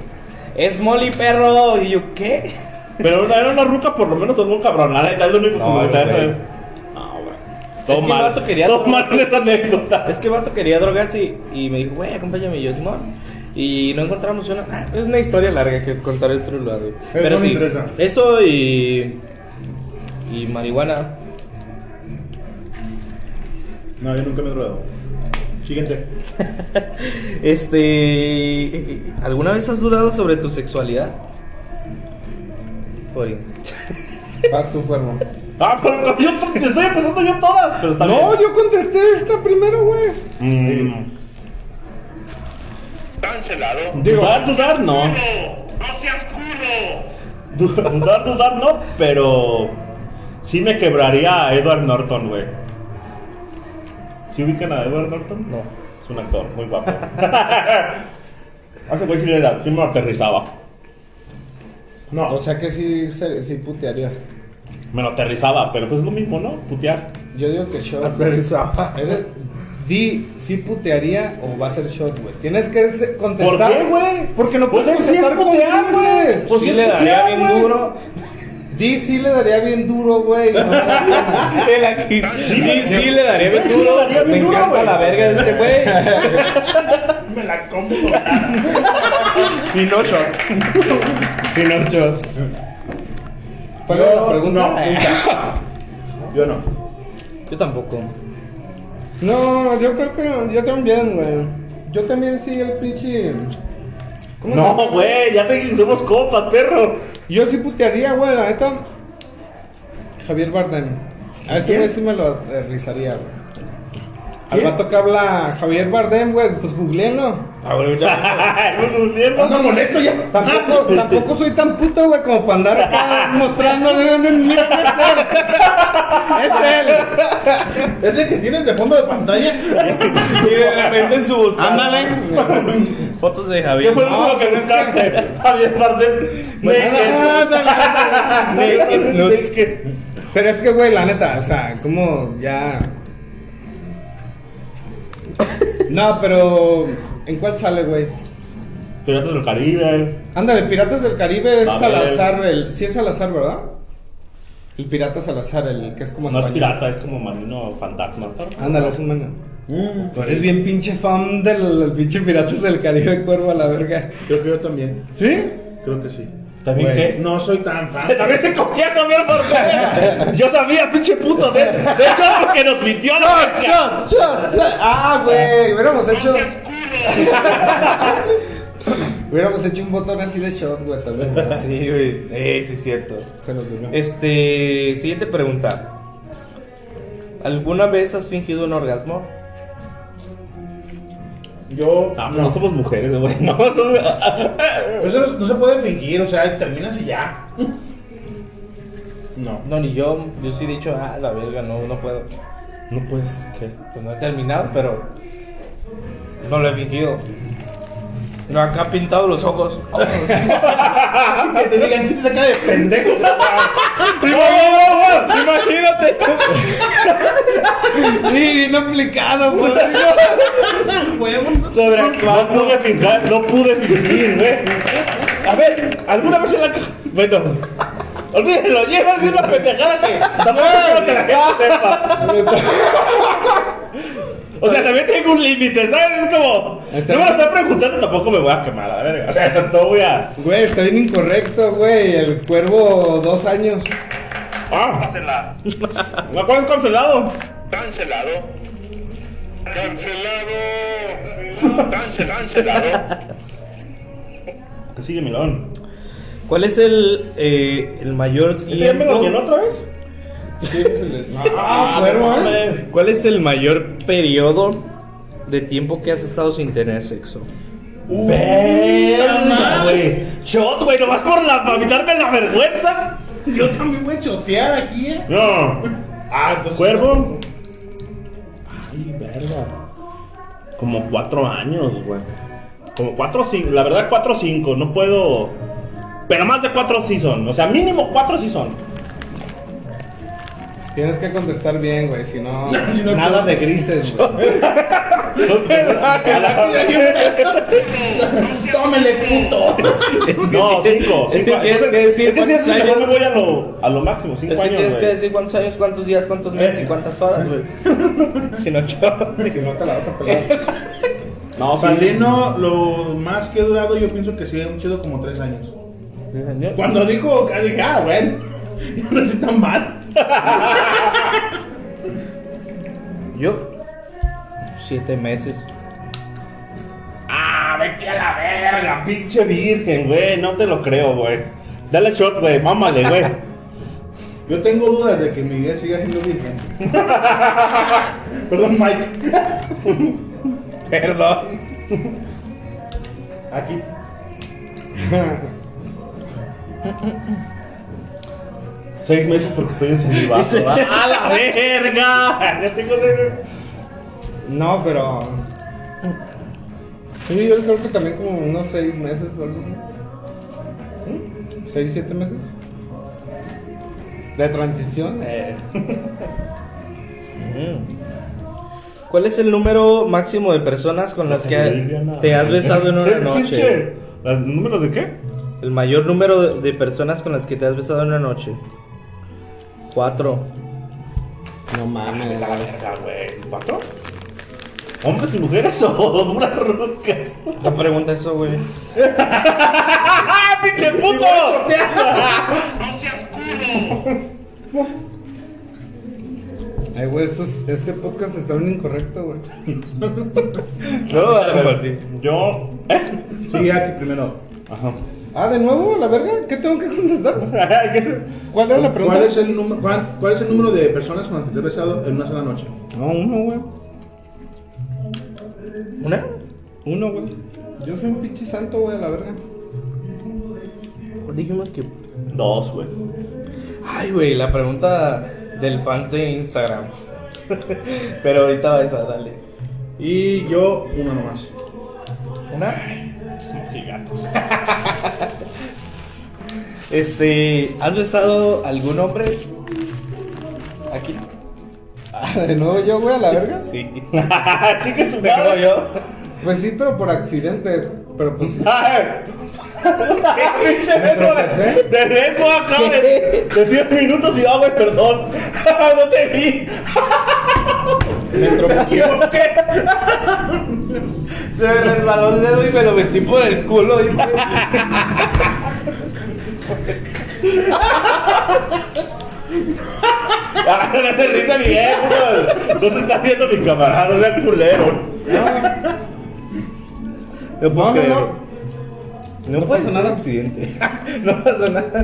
A: ¡Es Molly, perro! Y yo, ¿qué?
C: Pero una- era una ruca, por lo menos, no un cabrón. La neta, es lo único que
A: No,
C: me gustaría
A: güey.
C: saber. No, güey.
A: Es
C: Todo
A: que el
C: mal.
A: vato quería-
C: Todo mal en esa anécdota.
A: Es que el vato quería drogarse y, y me dijo, güey, acompáñame. Y yo, Simón. Y no encontramos una. ah, Es una historia larga que contaré otro lado. Pero
B: no me
A: sí,
B: interesa.
A: eso y. Y marihuana.
B: No, yo nunca me he drogado. Siguiente.
A: Este. ¿Alguna vez has dudado sobre tu sexualidad? Por
D: Vas tú, cuervo.
C: Ah, pero yo to- estoy empezando yo todas. Pero está
D: No,
C: bien.
D: yo contesté esta primero, güey.
C: Mm.
E: Cancelado.
D: Digo,
C: Dudar, dudar, no.
E: Culo. No seas culo.
C: Dudar, dudar, dudar, no. Pero. Sí me quebraría a Edward Norton, güey. ¿Sí ubican a Edward Norton?
A: No.
C: Es un actor muy guapo. Hace güey sí le da. Sí me aterrizaba.
D: O
B: No.
D: sea que sí, se- sí putearías.
C: Me lo aterrizaba, pero pues es lo mismo, ¿no? Putear.
D: Yo digo que shot. güey.
B: Aterrizaba.
D: Eres- Di si putearía o va a ser shot, güey. Tienes que se-
C: ¿Por
D: contestar.
C: qué, güey?
D: Porque no
C: Pues
D: puedes
C: eso sí es
D: contestar con
C: putear, güey.
D: dices.
C: Pues
A: sí,
C: sí es
A: le daría
C: putear,
A: bien
C: güey.
A: duro.
D: Di sí le daría bien duro, güey. no me da pena.
A: Él aquí.
C: Sí,
A: Sí, sí, le daría bien
C: sí, le
A: duro.
C: daría bien
A: Me
C: duro,
A: encanta
C: güey.
A: la verga de ese güey.
B: Me la como.
A: Sí, no shot.
C: Sí, no, shot.
D: ¿Cuál era la pregunta?
B: No, nunca. Yo no.
A: Yo tampoco.
D: No, yo creo que yo también, güey. Yo también sí el pinche. ¿Cómo se
C: No,
D: llama?
C: güey, ya te dije que somos copas, perro.
D: Yo sí putearía, güey, la neta. Javier Bardem. A ese güey sí me lo aterrizaría, güey. Al
B: ¿Quién?
D: vato que habla Javier Bardem, güey, pues googleenlo.
A: Ah,
C: Ay,
B: Ando molesto ya.
D: Tampoco, tampoco soy tan puto, güey, como para andar acá mostrando de dónde mira, es él. Es él.
B: ¿Es el que tienes de fondo de pantalla?
A: Y de repente en su buscada. Fotos de
C: ¿Qué
A: Javier.
C: fue lo
D: No,
C: único que
D: pero es Pues
C: buscaste? Javier Bardem.
D: Nada,
C: Naked.
D: nada,
C: Naked.
D: nada.
C: Naked.
D: Pero es que, güey, la neta, o sea, como ya. No, pero. ¿En cuál sale, güey?
C: Piratas del Caribe.
D: Ándale, Piratas del Caribe es
C: A ver.
D: Salazar, el. Sí es Salazar, ¿verdad? El Pirata Salazar, el que es como
C: No es
D: español.
C: pirata, es como marino fantasma.
D: Ándale, es humano.
B: Mm,
D: Tú eres bien pinche fan del, del pinche Piratas del Caribe, cuervo a la verga.
B: Creo que yo también.
D: ¿Sí?
B: Creo que sí. Eh,
C: ¿También
D: Güey.
C: qué?
B: No soy tan fan.
C: También se cogía a Javier Bardem. Yo sabía, pinche puto. De, de hecho, porque nos mintió a la verga.
D: Shot, shot, shot. Ah, güey, hubiéramos hecho,
E: No seas culo.
D: hubiéramos hecho un botón así de shot, güey, también. güey.
A: Sí, güey. Eh, sí, es cierto.
D: Se nos durmió.
A: Este. Siguiente pregunta. ¿Alguna vez has fingido un orgasmo?
B: Yo.
C: No, no
B: Ah, No.
C: somos mujeres, güey. No, somos...
B: Eso no, no se puede fingir, o sea, terminas y ya. No.
A: No, ni yo. Yo sí he dicho, ah, la verga, no, no puedo.
C: No, pues, ¿qué?
A: Pues no he terminado, pero. No lo he fingido. No, acá he pintado los ojos.
B: Que te digan, ¿qué te saca de pendejo?
A: Imagínate.
D: Sí, bien aplicado, güey.
C: No pude fingir, no pude fingir, güey. A ver, ¿alguna vez en la ca- Bueno, olvídenlo, lleva a decir una pendejada que tampoco quiero que la gente sepa. O sea, también tengo un límite, ¿sabes? Es como.
D: Está
C: No me
D: bien.
C: lo están preguntando, tampoco me voy a quemar, a la verga. O sea, no voy a.
D: Güey, está bien incorrecto, güey. El cuervo, dos años.
C: ¡Ah!
E: Cancela.
C: ¿Me acuerdo cancelado?
E: Cancelado. Cancelado. Cancel- Cancelado.
C: Que sigue Milón.
A: ¿Cuál es el, eh, el mayor
C: ¿Este ya me lo
A: tiempo?
C: llenó otra vez?
D: Ah, cuervo,
C: no
D: ¿eh?
C: mames.
A: ¿Cuál es el mayor periodo de tiempo que has estado sin tener sexo?
C: Uh, ¡Verga, güey! ¡Shot, güey! ¿Nomás por la, para evitarme la vergüenza?
B: Yo también voy a chotear aquí, ¿eh?
C: No.
B: Ah, entonces.
C: ¿Cuervo? Ay, verga. Como cuatro años, güey. Como 4 o 5, la verdad 4 o 5, no puedo... Pero más de 4 sí son, o sea, mínimo 4 sí son.
D: Tienes que contestar bien, güey, si no.
B: Si no,
D: nada de grises, güey.
B: ¡Tómele, puto!
C: No, 5, 5.
A: Tienes que decir
C: Es que si es
A: cuántos
C: mejor me
A: años.
C: voy a lo, a lo máximo, 5
A: Es que
C: años.
A: tienes que
C: güey. Eh.
A: decir cuántos años, cuántos días, cuántos meses y cuántas horas, güey. si no, chorro.
D: Que no te la vas a pelar.
C: No, sí.
B: Padrino, lo más que he durado, yo pienso que sí, han sido como tres años. Cuando dijo, ah, dije, ah, bueno, no soy tan mal.
A: Yo, siete meses.
C: Ah, vete a la verga, pinche virgen, güey. No te lo creo, güey. Dale shot, güey. Mámale, güey.
B: Yo tengo dudas de que Miguel siga siendo virgen. Perdón, Mike.
A: Perdón.
B: Aquí.
C: Seis meses porque estoy en celibato. ¿va? ¡A la verga! Ya tengo de...
D: No, pero. Sí, yo creo que también como unos seis meses o algo así. ¿Mm? ¿Seis, siete meses? ¿De transición?
C: Eh,
A: ¿Cuál es el número máximo de personas con las que
C: lesbiana.
A: te has besado en una
C: Pinche,
A: noche?
C: ¿Los números de qué?
A: El mayor número de- de personas con las que te has besado en una noche. Cuatro.
D: No mames,
C: La verga, güey. ¿Cuatro? ¿Hombres y mujeres o puras rucas?
A: No pregunta eso, güey.
C: ¡Ah, pinche puto!
E: No seas culo.
D: Ay, güey, estos- este podcast está bien incorrecto, güey.
A: No lo voy a compartir.
C: Yo... ¿Eh?
B: Sí, aquí primero.
C: Ajá.
D: Ah, ¿de nuevo? ¿La verga? ¿Qué tengo que contestar? ¿Cuál era la pregunta?
B: ¿Cuál es, el número, cuál, cuál es el número de personas con las que te has besado en una sola noche?
D: No, uno, güey.
A: ¿Una?
D: Uno, güey. Yo soy un pinche santo, güey, a la verga.
A: ¿Cuál dijimos que.?
C: Dos, güey.
A: Ay, güey, la pregunta del fan de Instagram. Pero ahorita va esa, dale.
B: Y yo, uno nomás.
A: ¿Una?
C: Son gigantes.
A: Este. ¿Has besado algún hombre? Aquí.
D: ¿De nuevo yo, güey, a la verga?
A: Sí.
C: Chica Ah, su
A: ¿Te creo
C: madre.
A: yo?
D: Pues sí, pero por accidente. Pero pues sí.
C: Ay. Pinche metro de,
D: tropecé?
C: de lengua acá de, de 10 minutos y ah, güey, perdón. no te vi.
D: Me tropecé.
A: Se me resbaló el dedo y me lo metí por el culo, dice.
C: Ah, no se risa mi viejo. No se está viendo mi camarada, vean culero.
A: No puedo
D: No, no,
A: creer.
D: no.
A: No
D: pasa
A: puede
D: nada.
A: ser accidente. no pasa nada.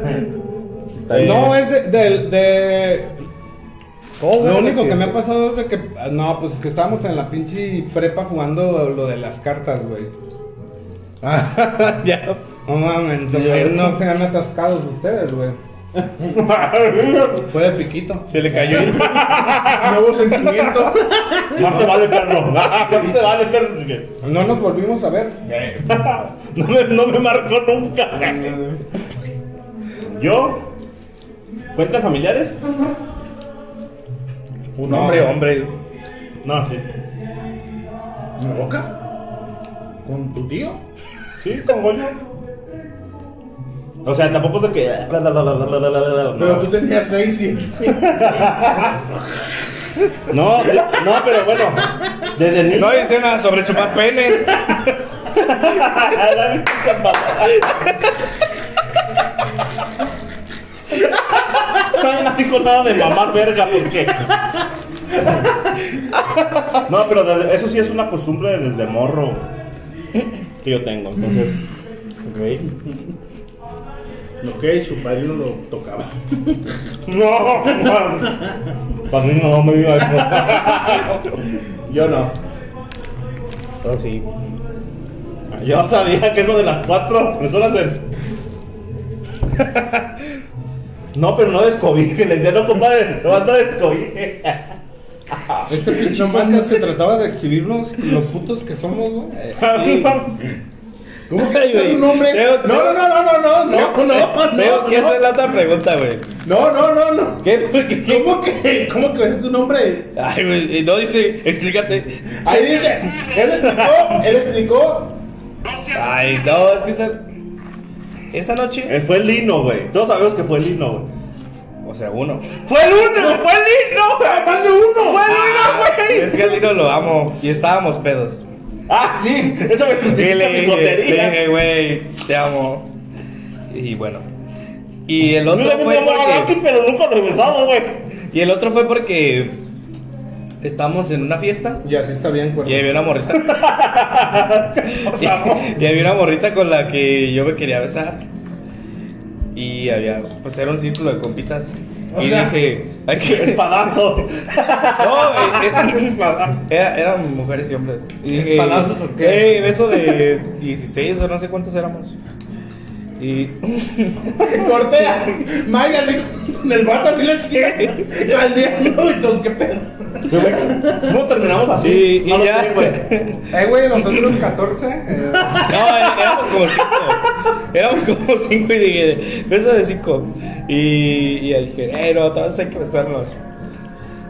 A: Está bien.
D: No, es de, del- de-
A: ¿Cómo fue
D: Lo
A: el
D: único que me ha
A: accidente?
D: pasado es de que... ah, No, pues es que estábamos en la pinche prepa jugando lo de las cartas, güey.
A: Ya.
D: No mames, también no se han atascado ustedes, güey. Fue de piquito.
A: Se le cayó el
B: Nuevo sentimiento.
C: Más te vale, perro. Más te vale, perro. porque-
D: No nos volvimos a ver.
C: No me, no me marcó nunca. Yo, cuentas familiares.
A: Un hombre, hombre.
C: No, sí.
B: ¿Una boca? ¿Con tu tío?
C: Sí, con Goyo. O sea, tampoco es de que. ah, la, la, la, la, la, la, la, la, la,
B: Pero tú
C: No,
B: tenías seis y...
C: no, yo- no, pero bueno. Desde niño.
A: No dice nada sobre chupar penes.
C: La pinche mamada. No dijo nada de mamar verga, ¿por qué? No, pero desde- eso sí es una costumbre desde morro que yo tengo, entonces.
B: Ok, su padrino lo tocaba.
C: No, para mí no me diga eso.
B: Yo no.
A: Pero sí.
C: Yo sabía que eso de las cuatro personas del. No, pero no descobije, les decía, no compadre, no no descobije.
D: Eh. Este pinche podcast se trataba de exhibirnos lo putos que somos, güey.
A: Sí.
B: ¿Cómo que es un hombre?
A: Creo-
B: No, no, no, no, no, no, no, no,
A: Creo
B: no,
A: que
B: no.
A: esa es la otra pregunta, güey.
B: No, no, no, no.
A: ¿Qué? ¿Por qué? ¿Qué?
B: ¿Cómo que? ¿Cómo que es un hombre?
A: Ay, güey, no dice, explícate.
B: Ahí dice, él explicó, él explicó.
E: No seas
A: Ay, no, es que esa. Esa noche.
C: Eh, Fue el lino, güey. Todos sabemos que fue el lino, güey.
A: O sea, uno.
C: ¡Fue el uno! ¡Fue el lino! ¡Más de uno! Ah. ¡Fue el uno,
A: Es que al Lino lo amo. Y estábamos pedos.
C: güey! Ah, sí. Eso me
A: Y
C: justifica
A: le
C: mi
A: dije, le
C: gotería.
A: dije, güey, te amo. Y bueno. Y el
C: Yo
A: otro
C: también
A: fue
C: me voy a
A: porque,
C: pero nunca lo he besado, güey.
A: Y el otro fue porque. Estamos en una fiesta.
D: Y así está bien,
A: Y
D: güey.
A: había una morrita. y, había una morrita con la que yo me quería besar. Y había, pues era un círculo de compitas.
B: O
A: y
B: sea,
A: dije, hay que.
C: Espadazos.
A: No, eh, eh,
C: Espadazos.
A: era- eran mujeres y hombres. Y dije,
D: ¿Palazos o qué?
A: "Ey, beso de 16 o no sé cuántos éramos. Y.
B: Corte a Mike así con el vato así le sigue caldeando y todos qué pedo.
C: ¿Cómo terminamos así?
A: y- y
C: no lo
A: ya.
C: sé, güey.
D: Eh, güey, nosotros 14. eh,
A: No, é- éramos como cinco. Éramos como cinco y dije, beso de cinco. Y, y ahí dije, eh, no, todos hay que besarnos.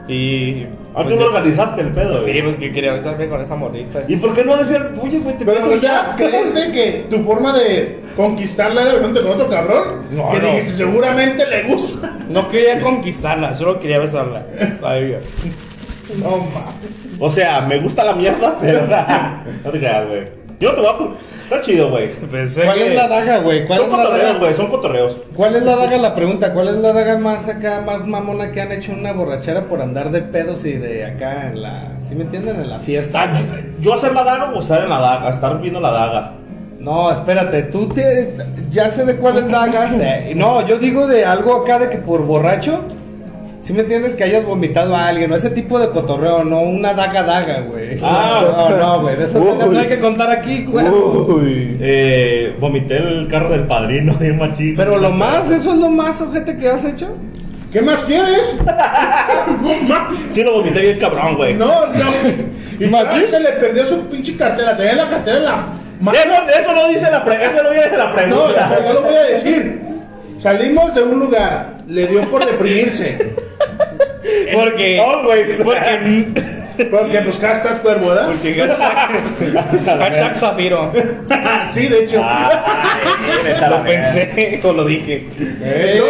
A: Y.
C: Ah,
A: pues
C: tú lo
A: yo-
C: organizaste el pedo,
A: Sí,
C: güey.
A: pues que quería besarme con esa morrita.
C: ¿Y por qué no decías, oye, güey, te
B: Pero,
C: beso
B: o sea,
C: Pues ya?
B: ¿crees de que tu forma de conquistarla era besándote con otro cabrón?
A: No,
B: que
A: no.
B: dijiste, seguramente le gusta.
A: No quería conquistarla, solo quería besarla. Ay, Dios.
B: No, mames.
C: O sea, me gusta la mierda, pero. no te creas, güey. Yo te voy a. pu- Está chido, güey.
A: Pensé
D: ¿Cuál
A: que-
D: es la daga, güey? ¿Cuál
C: Son
D: es la
C: cotorreos,
D: daga?
C: güey, son cotorreos.
D: ¿Cuál es la daga? La pregunta, ¿cuál es la daga más acá, más mamona que han hecho en una borrachera por andar de pedos y de acá en la. ¿Sí me entienden? En la fiesta.
C: Ah, yo- yo hacer la daga o estar en la daga, estar viendo la daga.
D: No, espérate, tú te, ya sé de cuáles dagas. eh, No, yo digo de algo acá de que por borracho, si me entiendes que hayas vomitado a alguien, o ese tipo de cotorreo, no una daga daga, güey.
C: Ah.
D: no, no, güey, de esas
A: Uy.
D: dagas no hay que contar aquí, güey.
A: Uy.
C: Eh, vomité el carro del padrino, bien machito.
D: Pero lo más, eso es lo más ojete que has hecho.
B: ¿Qué más quieres? No, mames.
C: Sí, lo vomité bien cabrón, güey.
B: No, no. Y
D: Machín.
B: ya se le perdió su pinche cartera. Tenía la cartera en la mano.
C: Eso, eso no dice la pre- eso no viene de la
B: No,
C: pregunta.
B: pero yo lo voy a decir. Salimos de un lugar, le dio por deprimirse.
A: Porque.
C: Oh, Always.
A: Porque.
B: Porque pues acá está cuervo, ¿verdad?
A: Porque hashtag. hashtag Zafiro. Pues,
B: Sí, de
A: ah,
B: hecho.
C: Neta, la
A: Lo pensé o lo dije.
D: ¡Eh!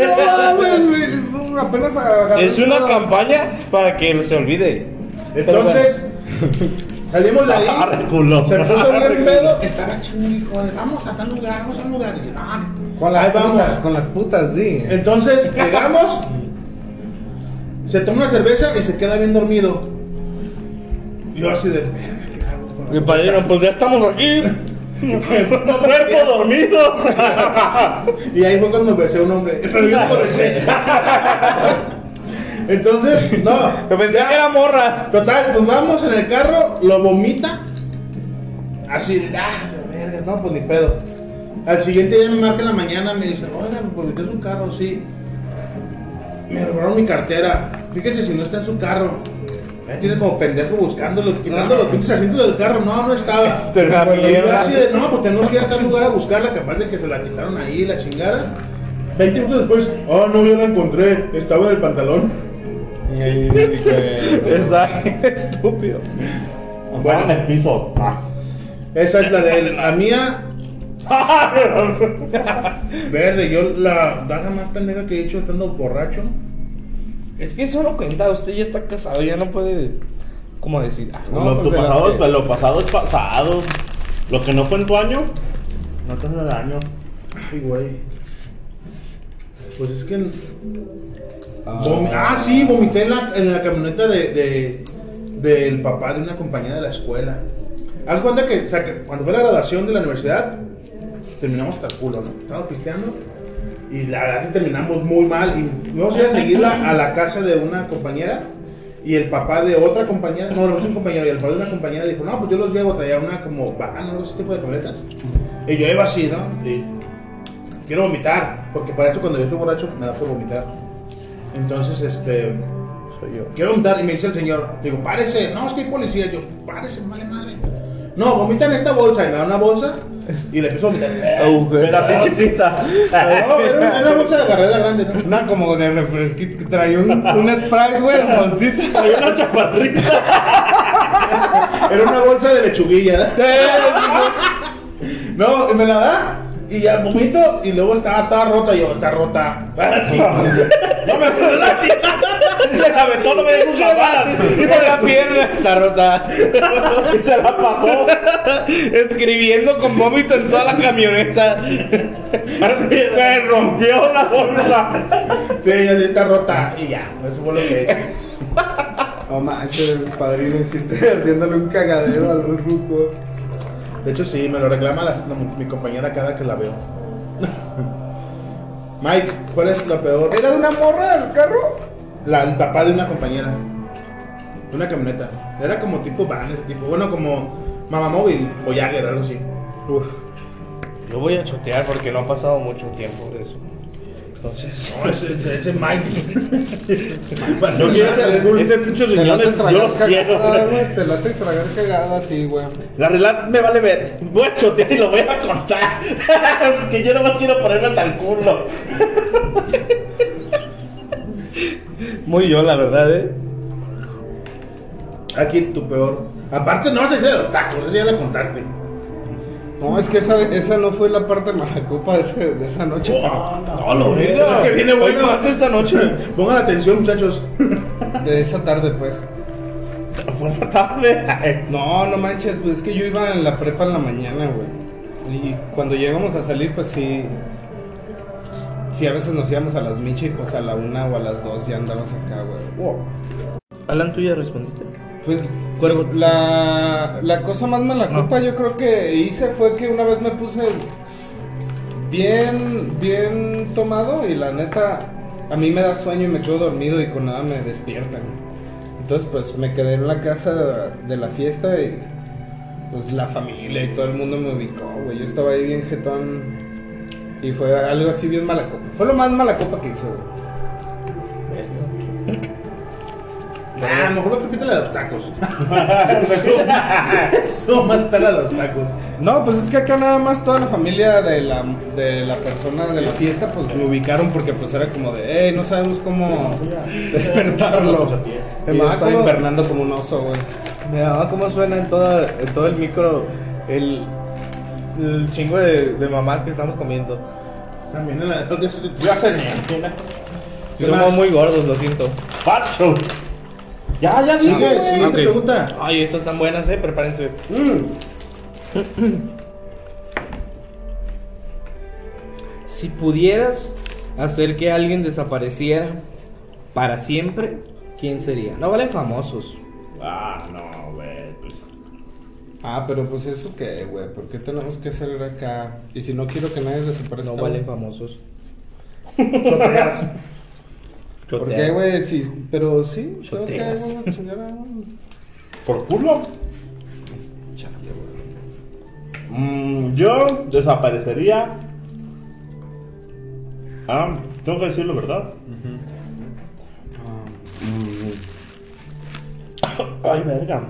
D: No mames, güey, Apenas agarré
A: Es una
D: todo.
A: campaña para que se olvide.
B: Entonces, salimos de ahí.
C: Arre, culo.
B: Se puso bien pedo. Estaba chingando, hijo de, vamos a tal lugar, vamos a un lugar. Y yo, "No".
D: Con las
B: ahí vamos.
D: putas, con las putas, di.
B: Entonces, llegamos. Se toma una cerveza y se queda bien dormido. Yo así de. "Verga, ¿qué hago con la
A: Mi padrino, pues ya estamos aquí.
C: Cuerpo dormido.
B: Y ahí fue cuando besé a un hombre. Pero yo no lo besé. Entonces, no.
A: Yo pensé
B: ya.
A: que era morra.
B: Total, pues vamos en el carro, lo vomita. Así, ah, la verga, no, pues ni pedo. Al siguiente día me marca en la mañana, me dice, oiga, me vomité en su carro, sí. Me robaron mi cartera. Fíjese si no está en su carro. Ya tiene como pendejo buscándolo, quitando los pinches asientos del carro. No, no estaba.
A: Pero la
B: Bueno, yo
A: mierda.
B: así de, no, pues tenemos que ir a tal lugar a buscarla, capaz de que se la quitaron ahí, la chingada. 20 minutos después, oh, no, yo la encontré, estaba en el pantalón.
D: Y- güey.
A: Está estúpido.
C: Bueno, en el piso.
B: Esa es la de él. La mía, verde, yo la daga más pendeja que he hecho estando borracho.
A: Es que eso no cuenta. Usted ya está casado, ya no puede. ¿Cómo decir? Ah,
D: No,
C: lo, tu
D: pues,
C: pasado,
D: verás que-
C: lo pasado es pasado. Lo que no fue en tu año, no te hace daño.
B: Ay, güey. Pues es que. Vom- Ah, sí, vomité en la, en la camioneta de, de- del papá de una compañera de la escuela. Haz cuenta que, o sea, que cuando fue la graduación de la universidad, terminamos hasta el culo, ¿no? Estábamos pisteando. Y la verdad, sí terminamos muy mal. Y vamos a ir a seguirla a la casa de una compañera. Y el papá de otra compañera, no, no es un compañero, y el padre de una compañera dijo: No, pues yo los llevo, traía una como van, no ese tipo de camionetas. Y yo iba así, ¿no? Y quiero vomitar, porque para eso cuando yo estoy borracho me da por vomitar. Entonces, este,
A: soy yo.
B: quiero vomitar y me dice el señor, digo, párese, no, es que hay policía, yo, párese, vale madre. No, vomita en esta bolsa. Y me da una bolsa y le empiezo a vomitar.
C: Pero así chiquita.
B: No, era una, era una bolsa de carrera grande, ¿no?
D: Una como de refresquito que traía un, un Sprite, güey, en bolsita.
C: Hay una chaparrita.
B: Era una bolsa de lechuguilla. ¿eh? No, y me la da y ya vomito y luego estaba toda rota. Y yo, está rota. Ahora sí.
C: No me acuerdo la tía. Se la aventó, no me dejó salvar.
A: La pierna está rota.
C: Y se la pasó.
A: Escribiendo con vómito en toda la camioneta.
C: Se rompió la bolsa.
B: Sí, ya sí está rota. Y ya, eso fue lo que.
D: No manches, padrino, hiciste haciéndole un cagadero al ruco.
B: De hecho, sí, me lo reclama la- la- mi compañera cada que la veo. Mike, ¿cuál es la peor?
D: ¿Era una morra del carro?
B: La- el papá de una compañera. De una camioneta. Era como tipo van, ese tipo. Bueno, como mamamóvil o Jagger, algo así. Uf.
A: Yo voy a chotear porque no ha pasado mucho tiempo de eso. Entonces.
B: No, ese, ese Mike.
C: No quiero ese, ese pinche
D: Te late
C: riñones, yo
D: tragar
C: los
D: cagada,
C: quiero.
D: güey. Te late tragar cagada a ti, güey.
C: La realidad me vale ver. Voy a chotear y lo voy a contar. que yo nomás quiero ponerme hasta el culo.
A: Muy yo, la verdad, eh.
B: Aquí tu peor. Aparte, no vas a decir de los tacos, esa ya la contaste.
D: No, es que esa, esa no fue la parte malacopa de, ese- de esa noche.
C: Oh, No, lo vi.
B: Eso que viene bueno.
A: Hoy pagaste esta noche.
B: Pongan atención, muchachos.
D: De esa tarde, pues.
C: Buena tarde.
D: No, no manches, pues es que yo iba en la prepa en la mañana, güey. Y cuando llegamos a salir, pues sí. Sí, a veces nos íbamos a las michas y pues a la una o a las dos ya andabas acá, güey. Wow.
A: Alan, tú ya respondiste.
D: Pues
A: Cuervo.
D: La, la cosa más mala culpa yo creo que hice fue que una vez me puse bien, bien tomado y la neta a mí me da sueño y me quedo dormido y con nada me despiertan. Entonces pues me quedé en la casa de la fiesta y pues la familia y todo el mundo me ubicó, güey. Yo estaba ahí bien jetón y fue algo así bien mala copa. Fue lo más mala copa que hice, güey.
B: Ah, mejor no repite la de los tacos. Eso más pela de los tacos.
D: No, pues es que acá nada más toda la familia de la, de la persona de la fiesta pues me ubicaron porque pues era como de, eh, no sabemos cómo despertarlo. Y yo estaba invernando como un oso, güey.
A: Me daba cómo suena en, toda, en todo el micro el, el chingo de, de mamás que estamos comiendo.
B: También en la de tacos. Ya sé, ¿Qué
A: Somos
B: más?
A: muy gordos, lo siento.
C: Pacho. Ya, ya
B: ¿Qué?
C: dije.
A: güey.
B: Siguiente
A: Ok.
B: pregunta.
A: Ay, estas están buenas, eh. Prepárense. si pudieras hacer que alguien desapareciera para siempre, ¿quién sería? No valen famosos.
C: Ah, no, güey. Pues.
D: Ah, pero pues eso qué, güey, ¿por qué tenemos que salir acá? Y si no quiero que nadie desaparezca.
A: No
D: güey?
A: valen famosos.
B: Choteas.
D: ¿Por
A: Chotea.
D: qué, güey? Sí, pero sí, creo que
A: Choteas.
D: algo, señora.
C: ¿Por culo? Mm, yo desaparecería. Ah, tengo que decirlo, ¿verdad? Mm. Ay, verga.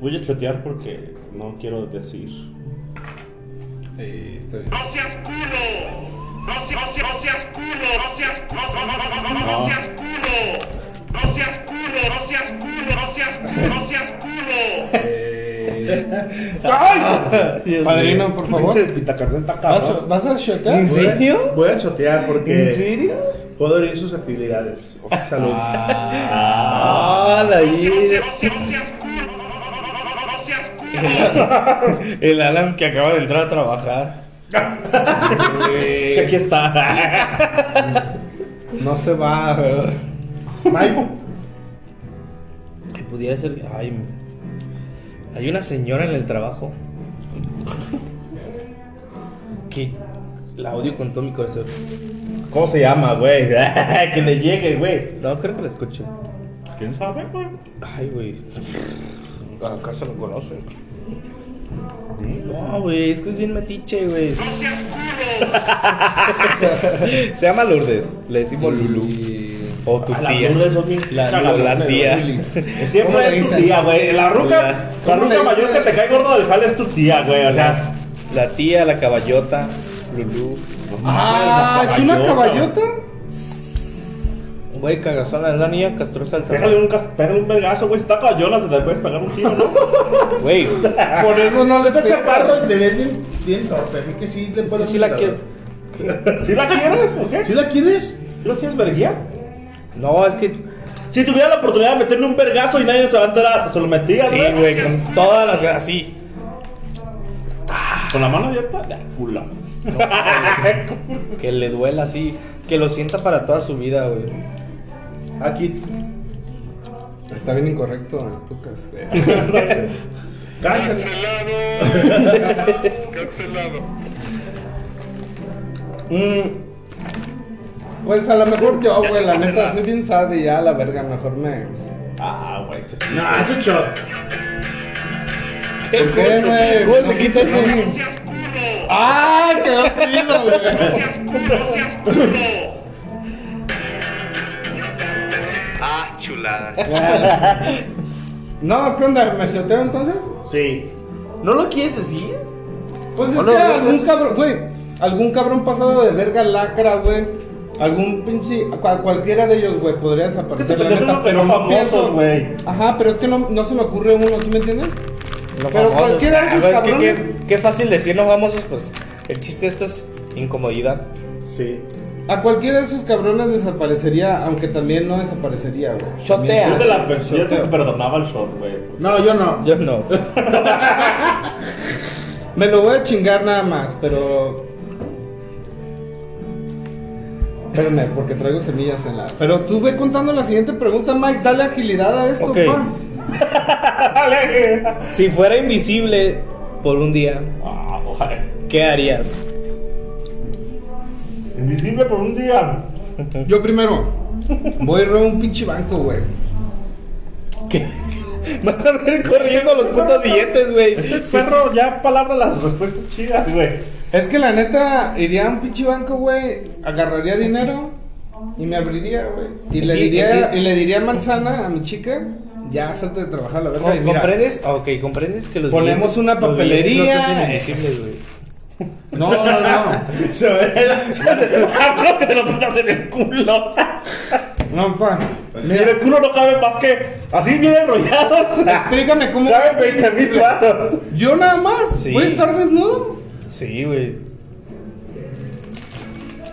C: Voy a chotear porque no quiero decir.
D: Sí, está bien.
E: No seas culo. No, se- no se- no seas culo. No seas culo. No, no, no, no, no, no seas culo. No seas culo. No seas culo. No seas culo. No seas culo.
A: Dios mío.
D: Padrino, por favor.
C: Pinche despitacación está
D: ¿Vas,
C: cabrón.
D: a- vas a shotear?
A: ¿En
B: Voy a-
A: serio?
B: Voy a chotear
D: Eh.
B: porque.
A: ¿En serio?
B: Puedo herir sus actividades. Salud.
A: Ah, la
E: No se-
A: ira.
E: no se- no seas culo. No, no, no, no, no, no seas culo.
A: El Alan que acaba de entrar a trabajar.
C: Es que aquí está.
D: No se va, güey.
B: Mike,
A: Que pudiera ser. Ay, hay una señora en el trabajo. Que la odio con todo mi corazón.
C: ¿Cómo se llama, güey? que le llegue, güey.
A: No, creo que la escuché.
C: ¿Quién sabe, güey?
A: Ay, güey. ¿Acaso lo conoces? No, güey, es que es bien metiche, güey.
E: No seas culo.
A: Se llama Lourdes. Le decimos Lulu.
D: Y-
A: O tu
C: A Ah, la
A: tía.
C: Lourdes son bien
A: La-
C: cagadas,
A: la
C: güey.
A: tía.
D: ¿Cómo le
C: Siempre es tu
D: dicen?
C: tía, güey. La ruca, la
D: ¿Cómo le
C: ruca
D: dicen?
C: mayor que te cae gordo del jale es tu tía, güey. O sea,
A: La tía, la caballota, Lulú.
D: Ah, ¿es una caballota?
A: Güey, cagazona, es la niña castrosa del
C: Pégale
A: zapato.
C: un, cas- pégale un vergazo, güey. Si está caballola, se te puedes pegar un tiro, ¿no?
A: Güey,
D: Por eso no le
B: Está
D: pega.
B: chaparro y te ves bien, bien torpe, así que Pues sí le puedes
A: si la
B: quitar.
A: quieres.
C: ¿Sí la quieres? ¿O qué?
B: ¿Sí la quieres?
C: ¿Sí la quieres verguía?
A: No, es que.
C: Si tuviera la oportunidad de meterle un vergazo y nadie se va a enterar, pues, se lo metías,
A: Sí, güey, con todas las ganas, sí.
C: Con la mano abierta, ya, culo.
A: Que le duela así. Que lo sienta para toda su vida, güey.
B: Aquí.
D: Está bien incorrecto el podcast.
B: Cáncer.
E: Cancelado. Cancelado.
D: Pues a lo mejor yo, güey, la neta soy bien sad y ya la verga, mejor me.
C: Ah, güey. qué-
B: No, es un shot.
D: ¿Por qué, güey?
A: ¿Cómo se quita eso?
E: No seas culo.
D: ¡Ah! Quedó chido, güey.
E: No seas culo, no seas culo.
A: Ah, chulada.
D: No, ¿qué onda? ¿Me choteo entonces?
B: Sí.
A: ¿No lo quieres decir?
D: Pues es
A: Hola,
D: que
A: güey,
D: algún
A: pues-
D: cabrón, güey, algún cabrón pasado de verga lacra, güey. Algún pinche, cual- cualquiera de ellos, güey, podría
C: Es que
D: desaparecer.
C: te
D: la
C: metes
D: neta,
C: los que no famosos,
D: pienso-
C: güey.
D: Ajá, pero es que no, no se me ocurre uno, ¿sí me entiendes?
A: Los
D: Pero
A: famosos.
D: cualquiera de esos
A: Ah, güey, es que
D: cabrones.
A: Qué, qué fácil decir los famosos, pues. El chiste de esto es incomodidad.
B: Sí.
D: A cualquiera de esos cabrones desaparecería, aunque también no desaparecería, güey.
A: Chotea.
C: Yo te la per-
D: Shoteo.
C: yo te perdonaba el shot, güey.
B: No, yo no.
A: Yo no.
D: Me lo voy a chingar nada más, pero. Espérame, porque traigo semillas en la. Pero tú ve contando la siguiente pregunta, Mike. Dale agilidad a esto,
A: Ok.
D: pa.
A: Si fuera invisible por un día,
C: Ah, güey.
A: ¿qué harías?
C: Invisible por un día.
D: Yo primero voy a robar un pinche banco, güey.
A: ¿Qué? Van a ver corriendo los putos billetes, güey.
C: Este perro ya palabra las respuestas chidas, güey.
D: Es que la neta iría a un pinche banco, güey, agarraría dinero y me abriría, güey. Y le
A: Y-
D: diría
A: y-
D: y le diría manzana a mi chica, ya salte de trabajar la verga y mira,
A: ¿Comprendes? Ah, ok, comprendes que los
D: Ponemos
A: billetes-
D: una
A: los billetes no se hacen
D: papelería.
A: invisibles, güey.
D: No, no, no.
B: Se ve la-
C: A menos que te lo sueltas en el culo.
D: No, pa.
C: Y en el
D: Mira,
C: culo no cabe más que así bien enrollados.
D: explícame cómo
C: Cabe 20 mil varos.
D: Yo nada más
A: Sí.
D: voy a estar desnudo.
A: Sí, güey.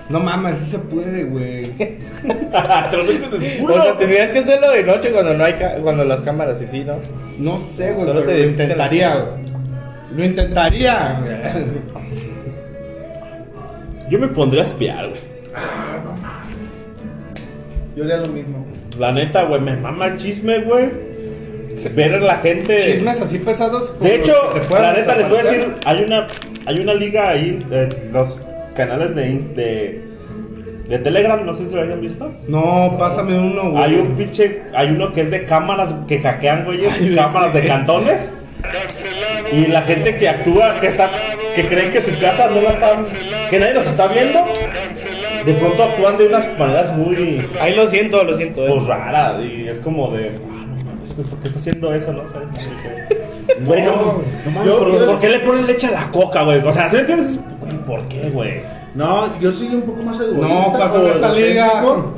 D: No mames, sí se puede, güey.
C: Te lo dices en el culo.
A: O sea, tendrías que hacerlo de noche cuando no hay ca- cuando las cámaras y sí, ¿no?
D: No sé, güey,
A: Solo
D: pero
A: te
D: lo
A: diste la
D: intentaría, güey. Lo intentaría.
C: Yo me pondría a espiar, güey.
B: Yo haría lo mismo.
C: La neta, güey, me mama el chisme, güey. Ver a la gente.
D: Chismes así pesados. como
C: De hecho,
D: que te puedan
C: la neta les voy a
D: desaparecer.
C: decir, hay una, hay una liga ahí, eh, los canales de, ins- de, de Telegram, no sé si lo hayan visto.
D: No, pásame uno, güey.
C: Hay un pinche, hay uno que es de cámaras que hackean, güeyes,
A: Ay,
C: cámaras de cantones.
E: Cancelado.
C: Y la gente que actúa, que está, que creen que su casa no la están, que nadie los está viendo,
E: Cancelado.
C: de pronto actúan de unas maneras muy
A: Ahí lo siento, lo siento. eh.
C: pues, raras. Y es como de, ah, no mames, güey, ¿por qué está haciendo eso? No sabes. Güey, no, no mames,
B: Yo-
C: ¿por,
B: yo-
C: por qué le ponen leche a la coca, güey? O sea, ¿sí me entiendes? Güey, ¿por qué, güey?
B: No, yo soy un poco más egoísta.
D: No, pásame
B: o
D: esa liga.
B: egocéntrico,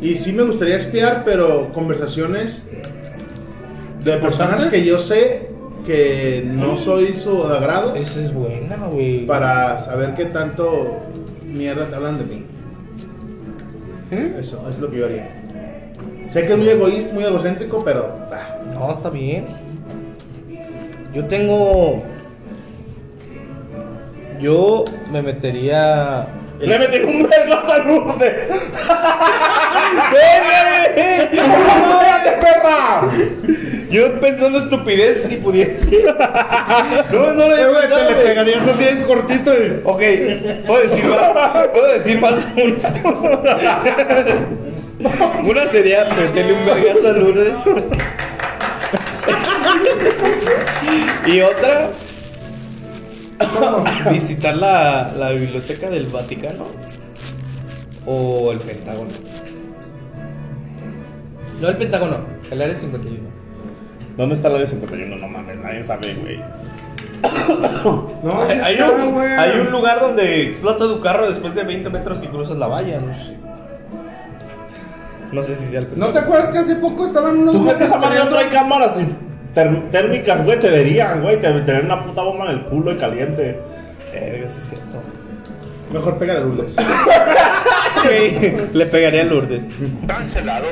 B: Y sí me gustaría espiar, pero conversaciones de personas que yo sé que no soy su agrado
A: Esa es buena, güey.
B: para saber qué tanto mierda te hablan de mí.
D: ¿Eh?
B: Eso es lo que yo haría. Sé que es muy egoísta, muy egocéntrico, pero ah,
A: No, está bien. Yo tengo. Yo me metería.
C: Le metí un vergazo a eh. Lourdes.
A: ¡Ven, ven,
C: ¡Cállate, perra!
A: ven! Yo pensando estupidez si pudiera. No, no
D: Eh,
A: le
D: güey, te le
A: pegaría.
D: pegarías así en cortito y...
A: Ok, puedo decir más. Puedo decir más una. Una sería meterle un vergazo a Lourdes. Y otra. Visitar la, la biblioteca del Vaticano o el Pentágono. No el Pentágono, el área 51.
C: ¿Dónde está la área 51? No mames, nadie sabe, güey.
B: No, sí
A: Hay, hay
B: está,
A: un,
B: güey.
A: hay un lugar donde explota tu carro después de 20 metros que cruzas la valla. No sé, No sé si sea el
D: ¿No te acuerdas que hace poco estaban unos
C: ¿Tú ves que
D: güeyes
C: esa madre no
D: peleando?
C: trae cámaras y ter- térmicas, güey? Te verían, güey. Te tener una puta bomba en el culo y caliente.
A: Verga, sí es cierto.
B: Mejor pega la Lourdes.
A: Güey, Le pegaría a Lourdes.
E: Cancelado.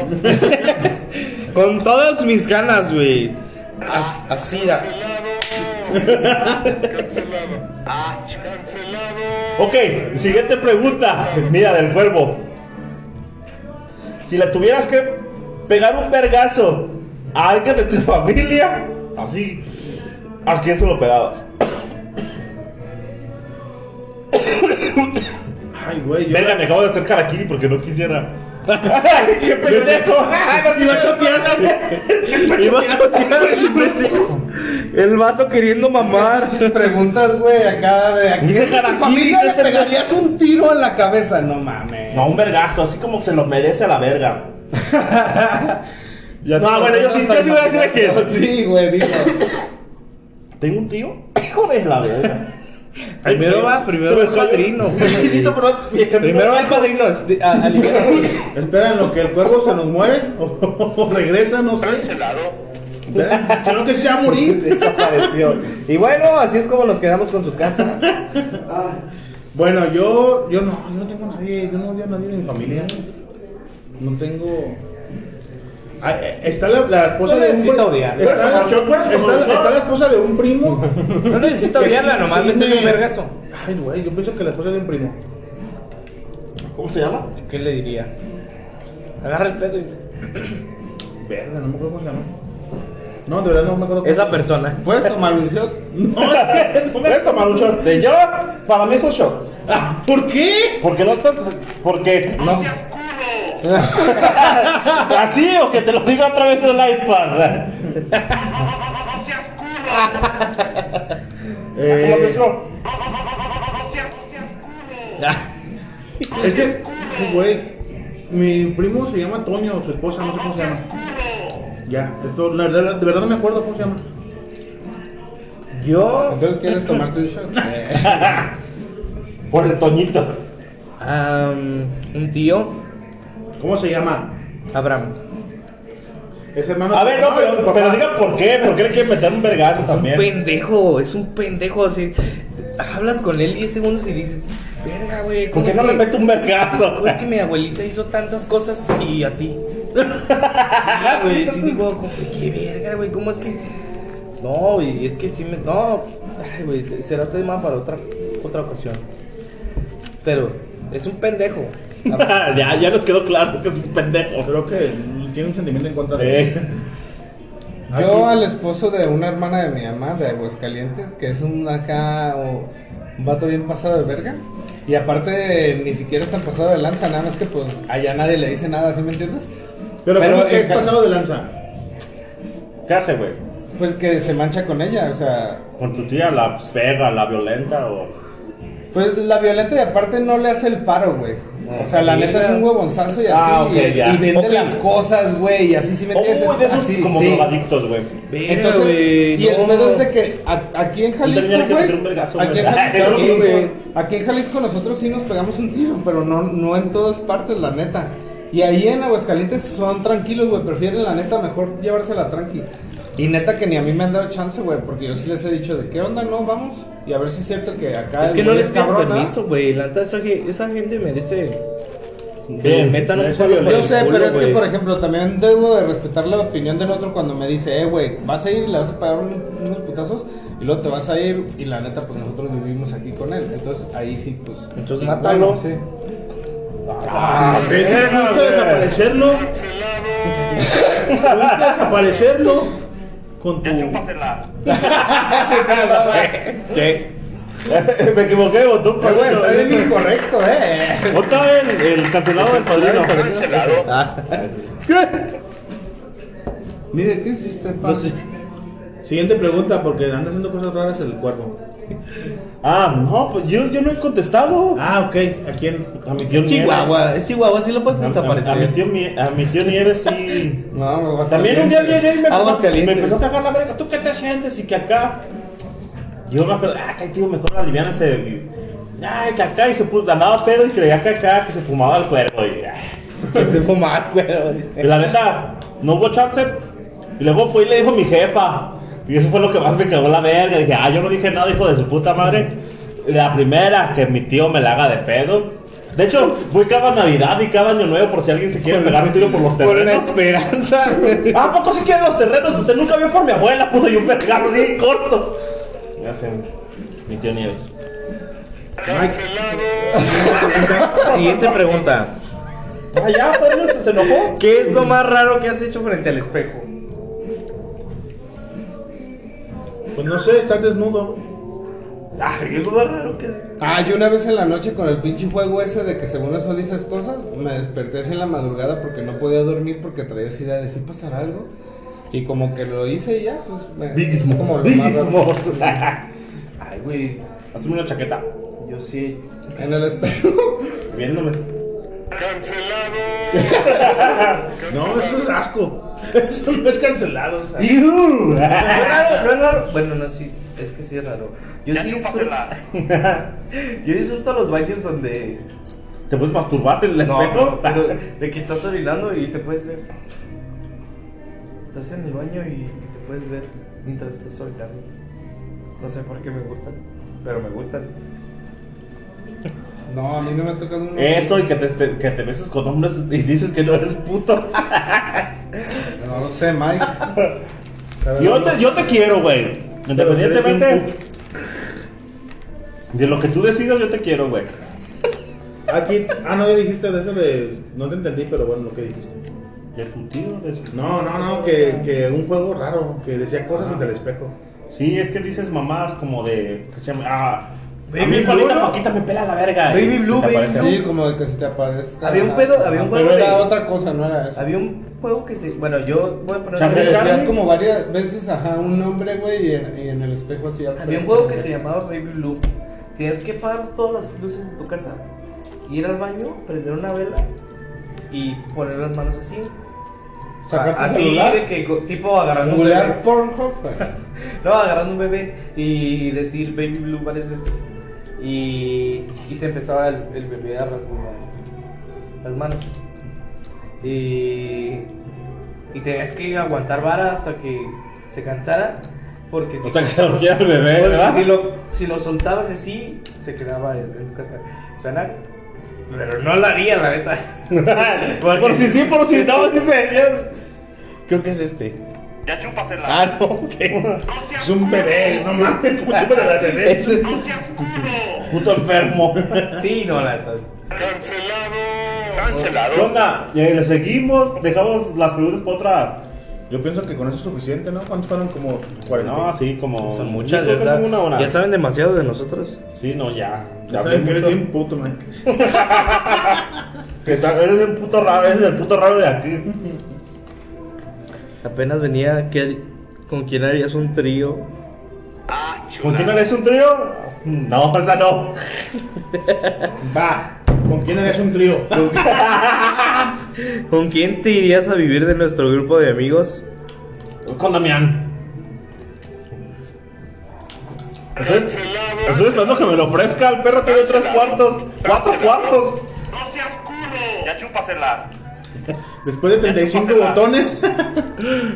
A: Con todas mis ganas, güey. As- así da.
E: Cancelado. Cancelado. Ah, cancelado.
C: Ok, siguiente pregunta. Mira, del cuervo. Si le tuvieras que pegar un vergazo a alguien de tu familia, así, ¿a quién se lo pegabas?
B: Ay, güey. Yo,
C: Verga, me acabo de hacer harakiri porque no quisiera. Ay, ¡Qué pendejo!
B: Iba a chotear.
A: Iba a chotear el imbécil. El vato queriendo mamar.
D: Pinches preguntas, güey, acá de aquí.
C: Dice
D: ¿A quién de tu
C: Jaraquí,
D: familia le
C: este-
D: pegarías un tiro en la cabeza? No mames.
C: No, un vergazo, así como se lo merece a la verga.
B: Ya
C: No,
B: te-
C: Ah, bueno, yo sí, yo sí voy a decir a quién.
D: Sí, güey, digo.
C: Tengo un tío, hijo de la verga. Ay,
A: Primero
C: tío,
A: va- primero
C: se me
A: va el
C: cayó
A: padrino,
C: un
A: güey.
C: chiquito, pero- y el que-
A: Primero va el padrino. esp- a- aliviánate.
B: Espera en lo que el cuervo se nos muere o regresa, no sé.
C: este
E: Cancelado.
B: Espera, Creo que se va a morir.
A: Desapareció. Y bueno, así es como nos quedamos con su casa.
B: Bueno, yo, yo no, yo no tengo a nadie, yo no odio a nadie de mi familia. No tengo. Ah, eh, está la, la esposa
A: No
B: de un
A: necesita
B: primo.
A: odiar.
B: Está,
C: Como yo, pues, como
B: está-
C: yo.
B: está la esposa de un primo.
A: No necesito
B: que sí-
A: odiarla, nomás
B: sí
A: métele
B: me-
A: un vergazo.
B: Ay, güey, yo pienso que la esposa de un primo.
C: ¿Cómo se llama?
A: ¿Qué le diría? Agarra el pedo y...
B: Verga, no me acuerdo cómo se llama. No, de verdad no me acuerdo. cómo
A: Esa
B: se llama.
A: persona.
D: ¿Puedes tomar un shot?
C: ¿Puedes tomar un shot de yo? Para mí es un shot.
B: Ah, ¿Por qué?
C: Porque no estás. Porque.
E: No seas culo.
C: Así o que te lo diga a través del iPad.
E: No, no, no, no, no seas culo.
C: ¿Cómo es
B: Eh,
C: eso?
E: No, no, no, no, no, no, no seas, no seas culo.
B: es que, güey, mi primo se llama Toño, su esposa, no sé cómo
E: No
B: se
E: seas
B: llama.
E: culo.
B: Ya, esto, la verdad, de verdad no me acuerdo cómo se llama.
A: Yo...
D: Entonces, ¿quieres tomarte un shot?
C: Por el toñito.
A: am, un tío,
B: ¿Cómo se llama?
A: Abraham.
B: Es hermano.
C: A ver, no,
B: de tu
C: pero,
B: papá.
C: pero diga por qué. ¿Por qué le quieren meter un vergazo
A: Un
C: también?
A: pendejo, es un pendejo. Así, hablas con él 10 segundos y dices, verga, güey,
C: ¿Por
A: ¿cómo,
C: qué
A: es
C: no le
A: que-
C: mete un vergazo?
A: cómo Pues es que mi abuelita hizo tantas cosas y a ti? Sí, güey, sí digo, como que, qué verga, güey, ¿cómo es que...? No, güey, es que sí me... No, ay, güey, será tema para otra, otra ocasión. Pero, es un pendejo. Abraham.
C: ya, ya nos quedó claro que es un pendejo.
B: Creo que tiene un sentimiento en contra de
C: Eh,
D: Yo
B: Aquí.
D: al esposo de una hermana de mi mamá de Aguascalientes, que es un acá o, un vato bien pasado de verga. Y aparte ni siquiera es tan pasado de lanza, nada más que pues allá nadie le dice nada, ¿sí me entiendes?
B: Pero,
D: Pero
B: ¿cómo que
D: en
B: es
D: ca-
B: pasado de lanza?
C: ¿Qué hace, güey?
D: Pues que se mancha con ella, o sea,
C: ¿Con tu tía la pega, la violenta o.?
D: pues la violenta y aparte no le hace el paro, güey. O sea, la neta es un huevonzazo y así.
C: Ah, ok,
D: y-
C: ya.
D: Y vende
C: Ok.
D: las cosas, güey, y así sí me
C: Uy,
D: entiendes.
C: de
D: Es
C: esos
D: así,
C: como
D: sí.
C: drogadictos, güey.
A: Verga,
D: Entonces,
A: güey,
D: y el
A: no.
D: pedo es de que a- aquí en
C: Yo tenía
D: Jalisco,
C: que meter un
D: güey,
C: vergazo,
D: aquí, en
C: güey.
D: Jalisco,
A: Sí, güey.
D: aquí en Jalisco nosotros sí nos pegamos un tiro, pero no, no en todas partes, la neta. Y ahí en Aguascalientes son tranquilos, güey, prefieren la neta mejor llevársela tranqui. Y neta que ni a mí me han dado chance, güey, porque yo sí les he dicho de qué onda, no, vamos. Y a ver si es cierto que acá...
A: Es
D: el
A: que no
D: güey
A: les pides
D: cabrón, ¿no?
A: permiso, güey. La neta, esa, ge- esa gente merece que
C: Bien,
A: les metan un
B: merece
A: palo por
D: Yo
A: el
D: sé,
A: culo,
D: pero es que,
A: güey.
D: por ejemplo, también debo de respetar la opinión del otro cuando me dice, eh, güey, vas a ir y le vas a pagar un- unos putazos y luego te vas a ir y la neta, pues nosotros vivimos aquí con él. Entonces, ahí sí, pues...
A: Entonces, mátalo.
D: sí.
B: Ah, ¿Te
C: verga,
B: gusta
C: güey.
B: desaparecerlo?
E: Cancelado.
B: ¿Te gusta desaparecerlo? Con tu.
E: Ya chúpasela.
C: ¿Qué? Eh, Me equivoqué,
B: Eh,
C: botón
D: Pero, güey, Pues, está bien
C: padrino.
D: incorrecto, eh.
C: Bota el, el cancelado del padrino.
E: Cancelado.
D: Mire, ¿qué hiciste, pa?
A: No sé.
B: Siguiente pregunta, porque anda haciendo cosas raras el cuervo.
C: Ah, no, pues yo, yo no he contestado.
B: Ah, ok. ¿A quién?
C: A mi tío
A: Chihuahua, es Chihuahua, sí lo puedes
C: Nieves. A, a- a mi
A: desaparecer.
C: tío, Mie- a mi tío Nieves sí.
D: No, me vas
C: También un día viene y me empezó,
A: Aguascalientes.
C: me empezó a cagar la verga. ¿Tú qué te sientes? Y que acá. Yo me acuerdo, ah, que tío, mejor la liviana se. Ay, que acá. Y se puso, andaba pedo y creía que acá, que se fumaba el cuerpo. Y, ah.
A: Que se fuma, güero,
C: Y
A: dice.
C: la neta, no hubo chance. Y luego fue y le dijo a mi jefa. Y eso fue lo que más me cagó la verga. Dije, ah, yo no dije nada, hijo de su puta madre. La primera que mi tío me la haga de pedo. De hecho, voy cada Navidad y cada Año Nuevo por si alguien se quiere pegar un tiro por los
A: Por una
C: terrenos.
A: esperanza.
C: ¿A poco si quieren los terrenos? Usted nunca vio por mi abuela, puso yo un pedazo así corto. Ya sé, mi tío Nieves.
A: Siguiente pregunta.
C: Ah, ya, pero este se enojó.
A: ¿Qué es lo más raro que has hecho frente al espejo?
B: Pues no sé, estar desnudo.
A: Ah, ¿qué es lo más raro que has hecho?
D: Ah, yo una vez en la noche con el pinche juego ese de que según eso dices cosas, me desperté así en la madrugada porque no podía dormir porque traía esa idea de si pasará algo. Y como que lo hice y ya, pues me. es como lo más raro.
C: bigismo.
A: Ay, güey,
C: Hazme una chaqueta.
A: yo sí.
D: En el espejo.
C: Viéndome.
E: Cancelado.
B: No, eso es asco. Eso no es cancelado. o sea.
C: ¡Iu!
A: No es raro, no es raro. Bueno, no, sí, es que sí es raro. Yo
E: Ya
A: sí disfruto,
E: chúpasela.
A: yo disfruto los baños donde.
C: ¿Te puedes masturbar en el
A: No,
C: espejo?
A: no, pero de que estás orinando y te puedes ver. Estás en el baño y y te puedes ver mientras estás orinando. No sé por qué me gustan, pero me gustan.
D: No, a mí no me ha tocado uno.
C: Ah, Eso y que te, te- que te beses con hombres y dices que no eres puto.
D: No, no sé, Mike.
C: Yo te, yo te quiero, güey. Independientemente de lo que tú decidas, yo te quiero, güey.
B: Aquí, ah, no, ya dijiste de eso de. No te entendí, pero bueno, lo que dijiste.
C: De tu tío, de su-
B: No, no, no, que, que un juego raro, que decía cosas
C: Ah.
B: ante el espejo.
C: Sí, es que dices mamadas como de. ¿qué se llama? Ah,
A: Baby
C: a mí
A: Blue,
C: Juanita
A: ¿no?
C: Paquita me pela la verga. eh.
A: Baby
C: ¿Se
A: Blue,
C: te
A: Baby
C: parece?
D: Sí, como de que se te aparezca.
A: Había un pedo- había un
D: Pero
A: juego
D: era
A: de-
D: otra cosa, no era eso.
A: Había un juego que se. Bueno, yo voy a poner.
C: Chambre,
D: Pero
C: Charlie.
D: decías como varias veces, ajá, un nombre, güey, y, en- y en el espejo así. al
A: Había un
D: frente.
A: juego que se llamaba Baby Blue. Tienes que apagar todas las luces de tu casa, ir al baño, prender una vela y poner las manos así.
D: Sacar tu
A: así
D: celular.
A: Ah, de que co- tipo agarrando un
D: Regular
A: bebé.
D: Pornhub, pues. güey.
A: No, agarrando un bebé y decir Baby Blue varias veces. Y, y te empezaba el, el bebé a rasguñar las manos. Y, y tenías que aguantar vara hasta que se cansara. Porque si
C: O sea, que se dormía el bebé,
A: porque
C: ¿verdad?
A: si lo, si lo soltabas así, se quedaba en, en tu casa. Suena. Pero no lo haría, la neta.
C: por si sí, por si no, dice ella.
A: Creo que es este.
E: Ya chúpasela.
A: Ah, no, que.
E: No seas
B: Es un
E: culo.
B: bebé, no mames, ¿cómo chupas a la bebé?
A: Es este.
E: No seas culo.
C: Puto enfermo.
A: Sí, no, la neta.
E: Cancelado.
C: ¿Qué
E: Cancelado.
C: onda? Eh, ¿Le seguimos? ¿Dejamos las preguntas para otra?
B: Yo pienso que con eso es suficiente, ¿no? ¿Cuántos fueron? Como 40.
C: No, sí, como.
A: Son muchas,
C: Yo creo
A: ya,
C: que
A: sab-
C: como una hora.
A: ya saben demasiado de nosotros.
C: Sí, no, ya.
B: Ya
C: Ya
B: saben
C: vi
B: que eres
C: mucho.
B: bien puto, man.
C: Que está- eres el puto raro, eres el puto raro de aquí.
A: Apenas venía. ¿qué- ¿Con quién harías un trío?
C: ¿Con quién eres un trío?
A: Mm.
C: No, o sea, no.
B: Va, ¿con quién harías un trío?
A: ¿Con quién te irías a vivir de nuestro grupo de amigos?
C: Con Damián. Entonces, estoy esperando que me lo ofrezca. El perro tiene tres cuartos. Cuatro cuartos.
E: No seas culo. Ya chúpasela.
B: Después de 35 botones.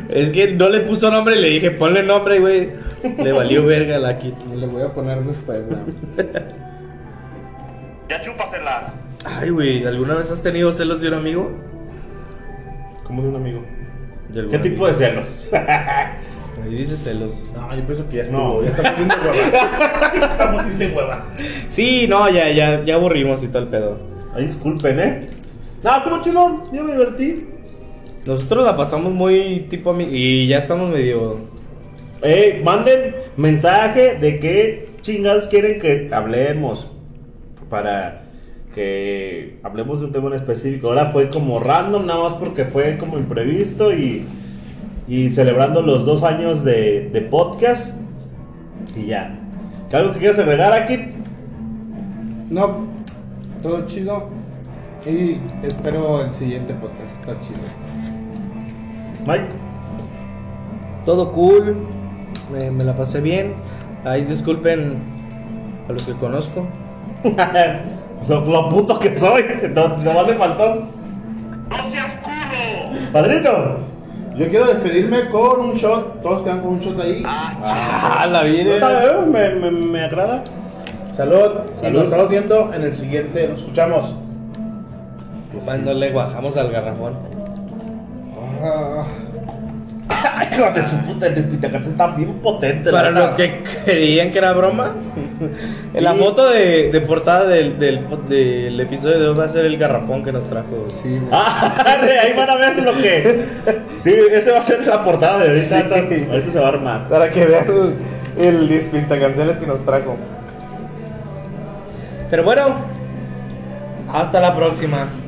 A: Es que no le puso nombre y le dije, ponle nombre, güey. Le valió verga la quita.
D: Y le voy a poner después, güey.
E: Ya chúpasela.
A: Ay, güey, ¿alguna vez has tenido celos de un amigo?
C: Como de un amigo.
A: De algún
C: ¿Qué tipo
A: amigo.
C: de celos?
A: Ahí dice celos.
B: No, yo pienso que ya
C: No.
B: estuvo, ya estamos bien de hueva. Ya estamos bien de hueva.
A: Sí, no, ya, ya, ya aburrimos y todo el pedo.
C: Ay, disculpen, ¿eh? No, como chido. Yo me divertí.
A: Nosotros la pasamos muy tipo ami- y ya estamos medio.
C: Ey, Eh, manden mensaje de qué chingados quieren que hablemos para que hablemos de un tema en específico. Ahora fue como random, nada más porque fue como imprevisto y, y celebrando los dos años de, de podcast y ya. ¿Algo que quieras agregar aquí?
D: No, todo chido. Y espero el siguiente podcast. Está chido.
C: Mike.
A: Todo cool, me, me la pasé bien. Ahí disculpen a los que conozco.
C: lo, lo puto que soy. No, nomás le faltó.
E: No seas culo.
C: Padrino.
B: Yo quiero despedirme con un shot. Todos quedan con un shot ahí.
A: Ah, la
C: ¿No
A: vida.
C: está bien? Me, me, me agrada.
B: Salud. Y
C: Salud.
B: nos estamos viendo en el siguiente. Nos escuchamos.
A: Pues Cuando le guajamos al garrafón.
D: Ah,
C: Ay, hijo de su puta, el despitacarse está bien potente. la
A: Para
C: neta.
A: los que creían que era broma, en la
C: Sí.
A: foto de, de portada del, del, del episodio de hoy va a ser el garrafón que nos trajo.
D: Sí, güey.
C: Ah, ahí van a ver lo que. Sí, ese va a ser la portada de ahorita. Ahorita, ahorita se va a armar.
A: Para que vean el, el canciones que nos trajo. Pero bueno, hasta la próxima.